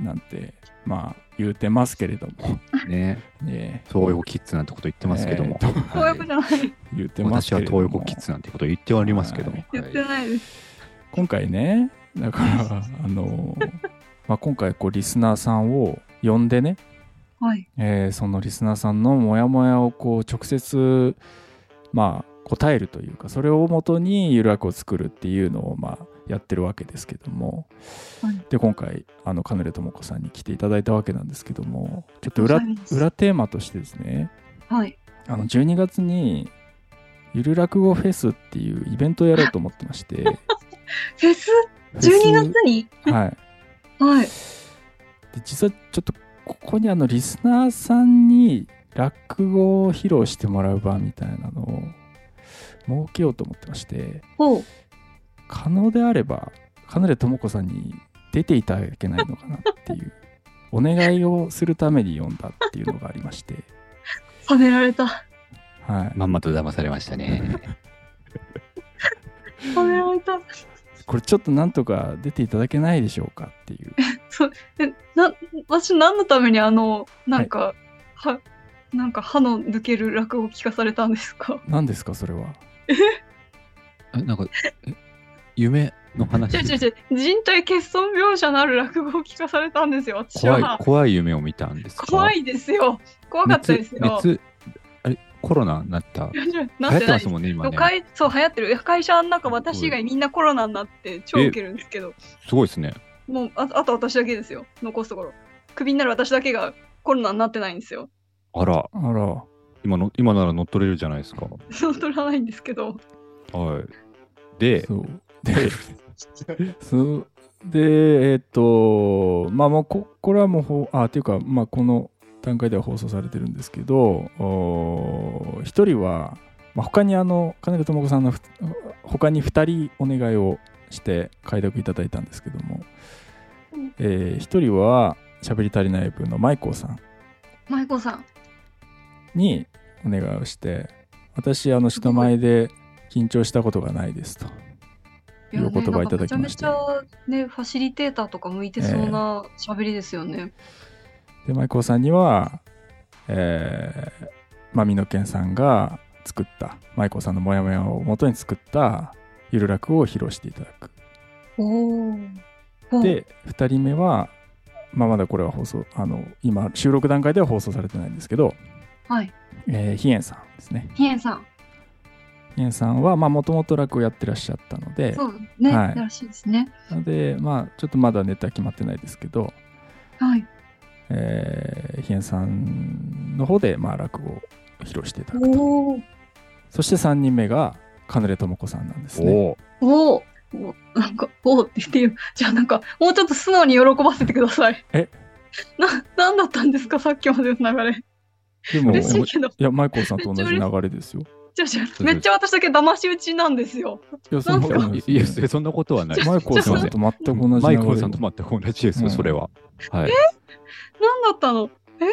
D: なんてまあ言うてますけれども、
E: ね、
D: ね、
E: 東横キッズなんてこと言ってますけども。
D: えー
C: そういうことじゃない。
D: 言うてます
E: 私
D: け
E: は
D: れど
E: 東
D: も
E: 横キッズなんてこと言ってはありますけども。
C: 言ってないです。
D: 今回ねだからあのまあ今回こうリスナーさんを呼んでね、
C: はい。
D: えーそのリスナーさんのモヤモヤをこう直接まあ答えるというかそれをもとにゆるあくを作るっていうのをまあやってるわけですけども、
C: はい
D: で今回あのカヌレともこさんに来ていただいたわけなんですけどもちょっと
C: あ
D: 裏
C: りがとうございます
D: 裏テーマとしてですね
C: はい。
D: あの12月にゆる落語フェスっていうイベントをやろうと思ってまして
C: フェス ?12 月に
D: はい
C: はい。
D: で実はちょっとここにあのリスナーさんに落語を披露してもらう場みたいなのを設けようと思ってまして
C: ほう。
D: 可能であればカヌレともこさんに出ていただけないのかなっていうお願いをするために読んだっていうのがありまして、
C: 冷められた。
D: はい、
E: まんまと騙されましたね。
C: 冷められた。
D: これちょっとなんとか出ていただけないでしょうかっていう
C: え、な、私何のためにあの、なんか、は、なんか歯の抜ける落語聞かされたんですか
D: 何ですかそれは
E: えなんか、え夢の
C: 違う違う
E: 話。
C: 違う、人体欠損描写のある落語を聞かされたんですよ、私
E: 怖い
C: は。、
E: 怖い夢を見たんですか
C: 怖いですよ。怖かったですよ。
E: 熱、熱あれ、コロナに なった。流
C: な
E: 行
C: ん
E: っ
C: で
E: て
C: な
E: ま
C: い
E: すもんね、今
C: 都
E: ね。
C: 会そう流行ってる会社の中私以外みんなコロナになって超ウケるんですけど
E: すごいですね。
C: もうああと私だけですよ残すところクビになる私だけがコロナになってないんですよ
E: あら、
D: あら
E: 今の、今なら乗っ取れるじゃないですか。
C: そう取らないんですけど
E: はい。で、
D: そう でそうでえっ、とまあもうここれはもうほあっていうかまあこの段階では放送されてるんですけどおー一人は、まあ、他にあの金田智子さんのふ他に二人お願いをして快諾いただいたんですけども
C: うん
D: 一、えー一人はしゃべり足りない部の舞子さん
C: 舞子さん
D: にお願いをして私あの人前で緊張したことがないですと
C: やね
D: いうお言葉いただきまして
C: なんかめちゃめちゃねファシリテーターとか向いてそうな喋りですよね、
D: で舞子さんには、えー、まみのけんさんが作った舞子さんのモヤモヤを元に作ったゆる落語を披露していただく。
C: おーおー
D: で2人目は、まあ、まだこれは放送あの今収録段階では放送されてないんですけど、
C: はい
D: えー、ひえんさんですね。
C: ひえさん
D: ひえんさんはもともと落語やってらっしゃったので
C: そうね、
D: はい
C: らしいですね
D: なので、まあ、ちょっとまだネタ決まってないですけど、
C: はい
D: えー、ひえんさんの方で、まあ、落語を披露していただくと。
C: おお
D: そして3人目がカヌレともこさんなんですね。
E: お
C: おーおーなんか、おーって言ってよ。じゃあなんか、もうちょっと素直に喜ばせてください。
D: え
C: な、なんだったんですかさっきまでの流れ。
D: でも、い
C: 嬉しいけど。
D: や、マイコーさんと同じ流れですよ。
C: じゃあじゃあめっちゃ私だけ騙し討ちなんですよ。
D: いや、そんなことない
E: いや、
D: です
E: いや
D: よ。
E: そんなことはない。
D: マイコーさんと全く同じ
E: マイ
D: 流
E: コー
D: れ
E: さんと全く同じですよ、
D: うん
E: それは。はい。
C: なんだったのえ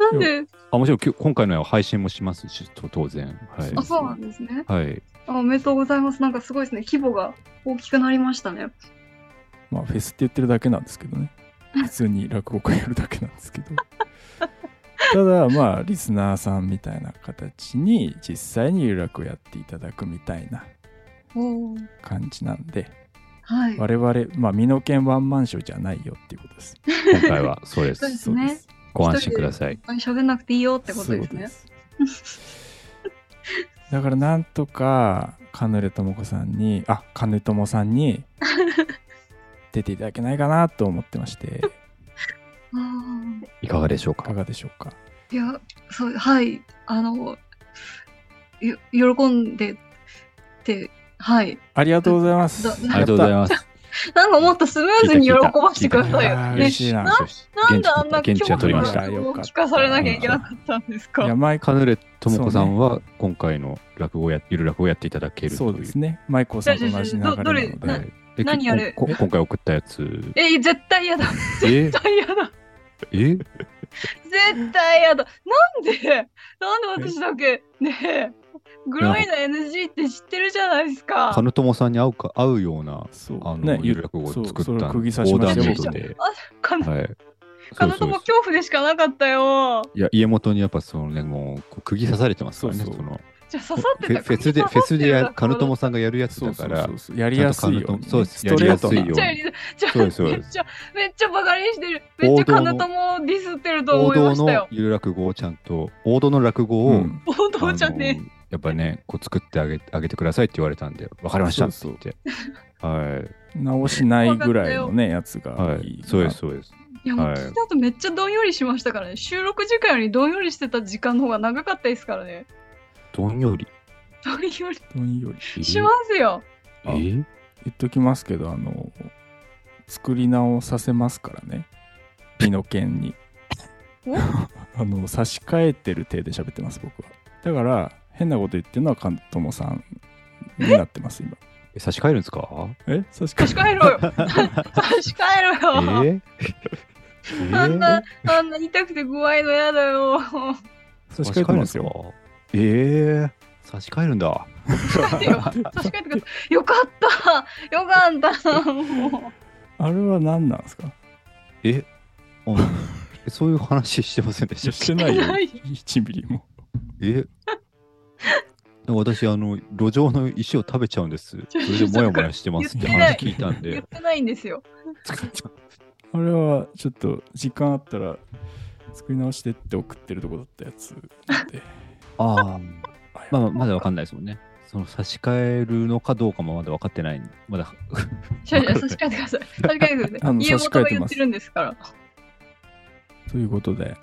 C: なんで、
E: あ、もちろんきゅ今回のは配信もしますし、と当然。はい。
C: あ、そうなんですね。
E: はい。
C: あおめでとうございます。なんかすごいですね。規模が大きくなりましたね。
D: まあ、フェスって言ってるだけなんですけどね。普通に落語会やるだけなんです けど。ただ、まあ、リスナーさんみたいな形に、実際に有楽をやっていただくみたいな
C: おお。
D: 感じなんで、
C: はい。
D: 我々、まあ、身の剣ワンマンショーじゃないよっていうことです。
E: 今回はそ うで。
C: そうですすね。
E: ご安心ください。
C: あんまり喋んなくていいよってこと
D: そういう
C: で
D: こ
C: す
D: とで
C: ね。
D: す。だからなんとかカヌレともこさんにあカヌともさんに出ていただけないかなと思ってま して
C: あー
E: いかがでしょう
D: いか
E: か。
D: がでしょうか
C: いや、そう、はい、あの、よ喜んでって、はい。
D: ありがとうございます
C: どあり
E: ありがとうござい
D: ま
E: ます。
C: なんかもっとスムーズに喜ばしてください
D: 聞いた聞いた聞い
C: よ。
D: た
C: ね
D: 嬉、しいな
E: よしよし
C: なんであんな
E: 現地
C: 興
E: は取
C: 味
E: り
C: の
E: ま
C: あ
E: した。
C: るを聞かされなきゃいけなかったんですか。
D: マイコ
E: カヌレともこさんは今回の落語をや、ゆる落語をやっていただけると
D: そう
E: い
D: です
E: う。
D: ねマイコさんと同じ流れなの
C: どどれ
D: で
E: はいえ
C: 何やる
E: ここ今回送ったやつ。
C: え絶対嫌だ
E: え
C: 絶対嫌だ
E: え
C: 絶対嫌だなんでなんで私だけねえグロいの NG って知ってるじゃないですか
E: 金友さんに合うか合うような
D: そう
E: あの、
D: ね
E: 有楽語を
D: そう
E: 作った
D: そ
E: オ
D: れを釘刺し
E: ー
D: ま
E: ダ
D: し
E: ーメ
D: た
E: イドで。
C: かな
E: はい。
C: 彼女
E: そうそう
C: も
E: そう
C: 恐怖でしかなかったよ
E: いや家元にやっぱそのねもうこう釘刺されてますからね
D: そうそう
E: その
C: じゃあ刺さって
E: フ
C: た
E: ェフェスでフェスでやカヌトモさんがやるやつ
D: そ
E: だ
D: うそ
E: か
D: う
E: ら
D: そうそうやりやすいようにね、
E: ちゃんとカヌトそうです
D: ストレート
E: やりやすい
C: め
D: な
C: っちゃやりじ
E: よう
C: ゃあ
E: そうですそう
C: め
E: で
C: っ
E: す
C: ちゃめっちゃバカにしてるめっちゃカナタもディスってると
E: 王
C: 思いま
E: 道
C: した
E: の
C: よ
E: ゆる落語をちゃんと王道の落語
D: う
E: を、
D: ん
C: 王
E: あの
C: 道じゃね
E: やっぱねこう作ってあげあげてくださいって言われたんでわかりましたって言ってはい
D: 直しないぐらいのねやつ
E: は
D: がいい
E: い
D: な
E: そうですそうです
C: いやもう
E: はい
C: 聞いた後めっちゃどんよりしましたからね収録時間よりどんよりしてた時間の方が長かったですからね
E: どんより
C: どんよ
D: どんより
E: え
C: りしますよ
E: えー
D: 言っときますけどあの作り直させますからねピノケンに
C: お
D: あの差し替えてる体で喋ってます僕はだから変なこと言ってるのはカントモさんになってます今
E: え差し替えるんですか
D: え差し替
C: 差
D: え
C: し替えろよ差し替え
E: え
C: ろよ、
E: ーえ
C: あんな
E: ー
C: あんな痛くて怖いのやだよ
D: 差し替えてますよ
E: 差し替えるんですかえー差し替えるんだ
C: 待てよ差し替えてくださいよかったよかったも
D: あれは何なんですか
E: え、うんえそういう話してませんでしたっ
D: して
E: け
D: ないよ
C: ない
D: 1ミリも
E: えなんか私あの路上の石を食べちゃうんですそれでモヤモヤしてますって話聞いたん
C: う言っ
E: で
C: てないんですよ
D: あれはちょっと時間あったら作り直してって送ってるとこだったやつなんで
E: ああまあまだわかんないですもんねその差し替えるのかどうかもまだ分かってないまだ
C: しゃしゃ差し替えてください差し替えてくだ
D: あ
C: さ
D: の
C: い家
D: 差し
C: 元
D: 替え
C: が
D: て
C: 言
D: ま
C: っ
D: す
C: てるんですから
D: ということで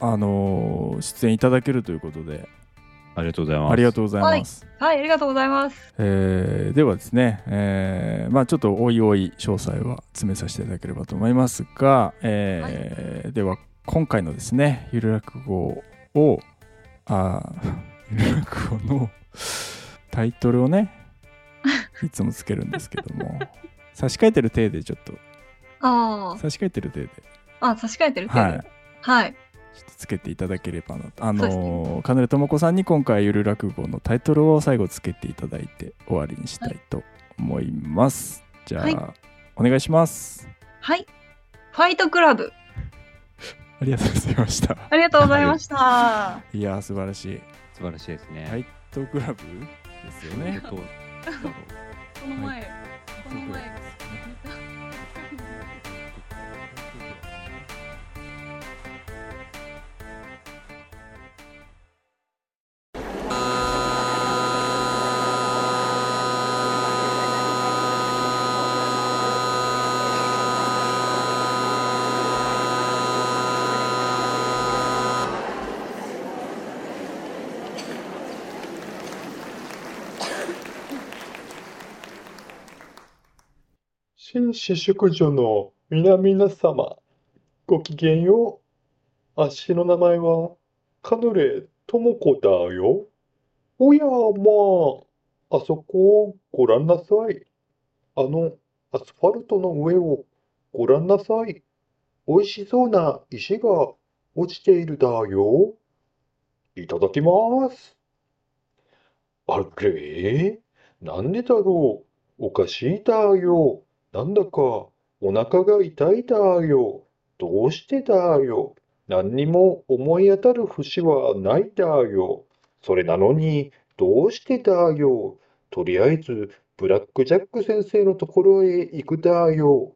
D: あのー出演いただけるということで
E: ありがとうございます
D: ありがとうございます、
C: はいありがとうございます
D: えーではですね、えーまあちょっとおいおい詳細は詰めさせていただければと思いますが、えーでは今回のですねゆる落語をあ ーゆる落語のタイトルを ねいつもつけるんですけども差し替えてる体でちょっと
C: あ
D: 差し替えてる 体で
C: ああ差し替えてるっていう
D: はい
C: はい
D: ちょっとつけていただければなと。あ
C: そうです
D: のー、カヌレともこさんに今回ゆる落語のタイトルを最後つけていただいて終わりにしたいと思います。じゃあ、
C: はい
D: お願いします。
C: はい。ファイトクラブ。
D: ありがとうございました。
C: ありがとうございました。
D: いやー素晴らしい。
E: 素晴らしいですね、
D: はいトークラブですよね。
E: とう
C: この前、この前、
F: 紳士淑女の皆々様、ごきげんよう。あっしの名前は、カヌレともこだよ。おやまあ、あそこをご覧なさい。あの、アスファルトの上をご覧なさい。おいしそうな石が落ちているだよ。いただきます。あれなんでだろうおかしいだよ。なんだかお腹が痛いだよ。どうしてだよ。何にも思い当たる節はないだよ。それなのにどうしてだよ。とりあえずブラックジャック先生のところへ行くだよ。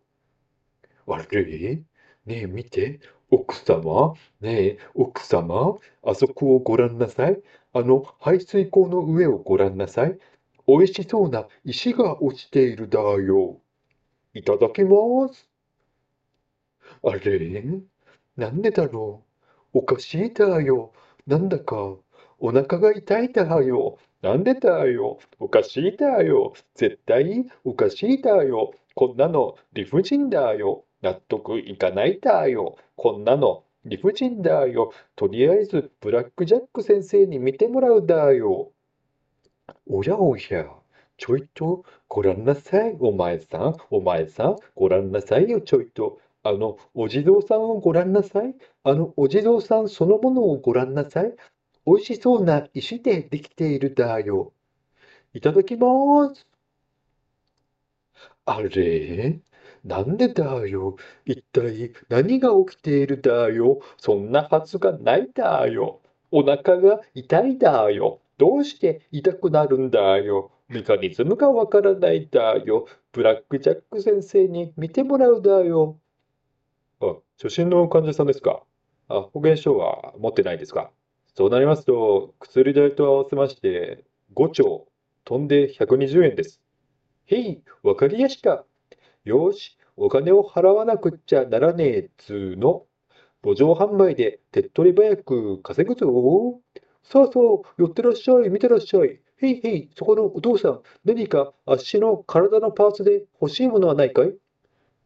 F: あれねえ見て。奥様。ねえ奥様。あそこをご覧なさい。あの排水溝の上をご覧なさい。おいしそうな石が落ちているだよ。いただきます。あれなんでだろうおかしいだよ。なんだか、お腹が痛いだよ。なんでだよ。おかしいだよ。絶対おかしいだよ。こんなの理不尽だよ。納得いかないだよ。こんなの理不尽だよ。とりあえず、ブラックジャック先生に見てもらうだよ。おやおや、ちょいとご覧なさい、お前さん、お前さん、ご覧なさいよ、ちょいと。あの、お地蔵さんをご覧なさい。あの、お地蔵さんそのものをご覧なさい。美味しそうな石でできているだよ。いただきます。あれなんでだよ。一体何が起きているだよ。そんなはずがないだよ。お腹が痛いだよ。どうして痛くなるんだよ。メカニズムがわからないだよ。ブラックジャック先生に見てもらうだよ。あ、初診の患者さんですか。あ、保険証は持ってないですか。そうなりますと、薬代と合わせまして、5兆、飛んで120円です。へい、わかりやした。よーし、お金を払わなくっちゃならねえっつーの。路上販売で手っ取り早く稼ぐぞ。さあさあ、寄ってらっしゃい、見てらっしゃい。へいへい、そこのお父さん、何か足の体のパーツで欲しいものはないかい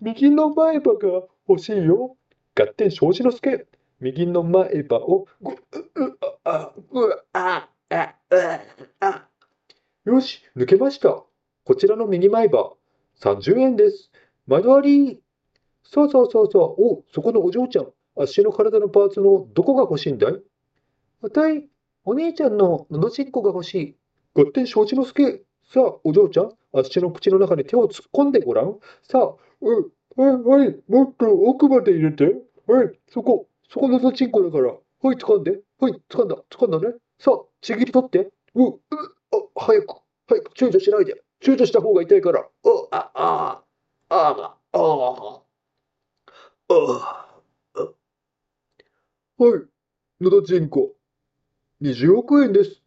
F: 右の前歯が欲しいよ。合点障子の助。右の前歯をぐ、う、う、あ、う、あ、あ、あ、あ。よし、抜けました。こちらの右前歯、30円です。窓あり。そうそうそうそう。お、そこのお嬢ちゃん、足の体のパーツのどこが欲しいんだいあたい、お姉ちゃんののどちんこが欲しい。合点承知の助。さあ、お嬢ちゃん、足の口の中に手を突っ込んでごらん。さあ、う、はい、はい、もっと奥まで入れて。はい、そこ、そこのどちんこだから。はい、掴んで。はい、掴んだ、掴んだね。さあ、ちぎり取って。う、う、あ、早く、早く、躊躇しないで。躊躇した方が痛いから。う、あ、あ、あ、あ、あ、あ、あ。はい、のどちんこ。20億円です。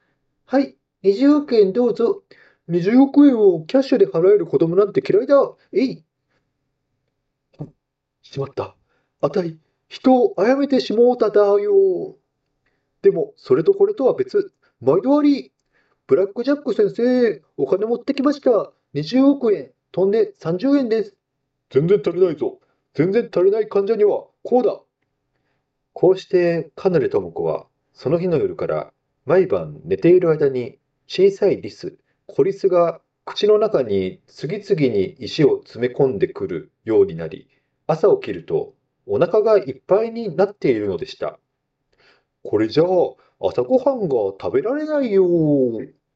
F: はい、20億円どうぞ。20億円をキャッシュで払える子供なんて嫌いだ。えい。しまった。あたい、人を殺めてしもうただよ。でも、それとこれとは別。毎度あり。ブラックジャック先生、お金持ってきました。20億円、飛んで30円です。全然足りないぞ。全然足りない患者には、こうだ。こうして、カヌレとも子は、その日の夜から、毎晩寝ている間に、小さいリス、コリスが、口の中に次々に石を詰め込んでくるようになり、朝起きると、お腹がいっぱいになっているのでした。これじゃあ、朝ごはんが食べられないよ。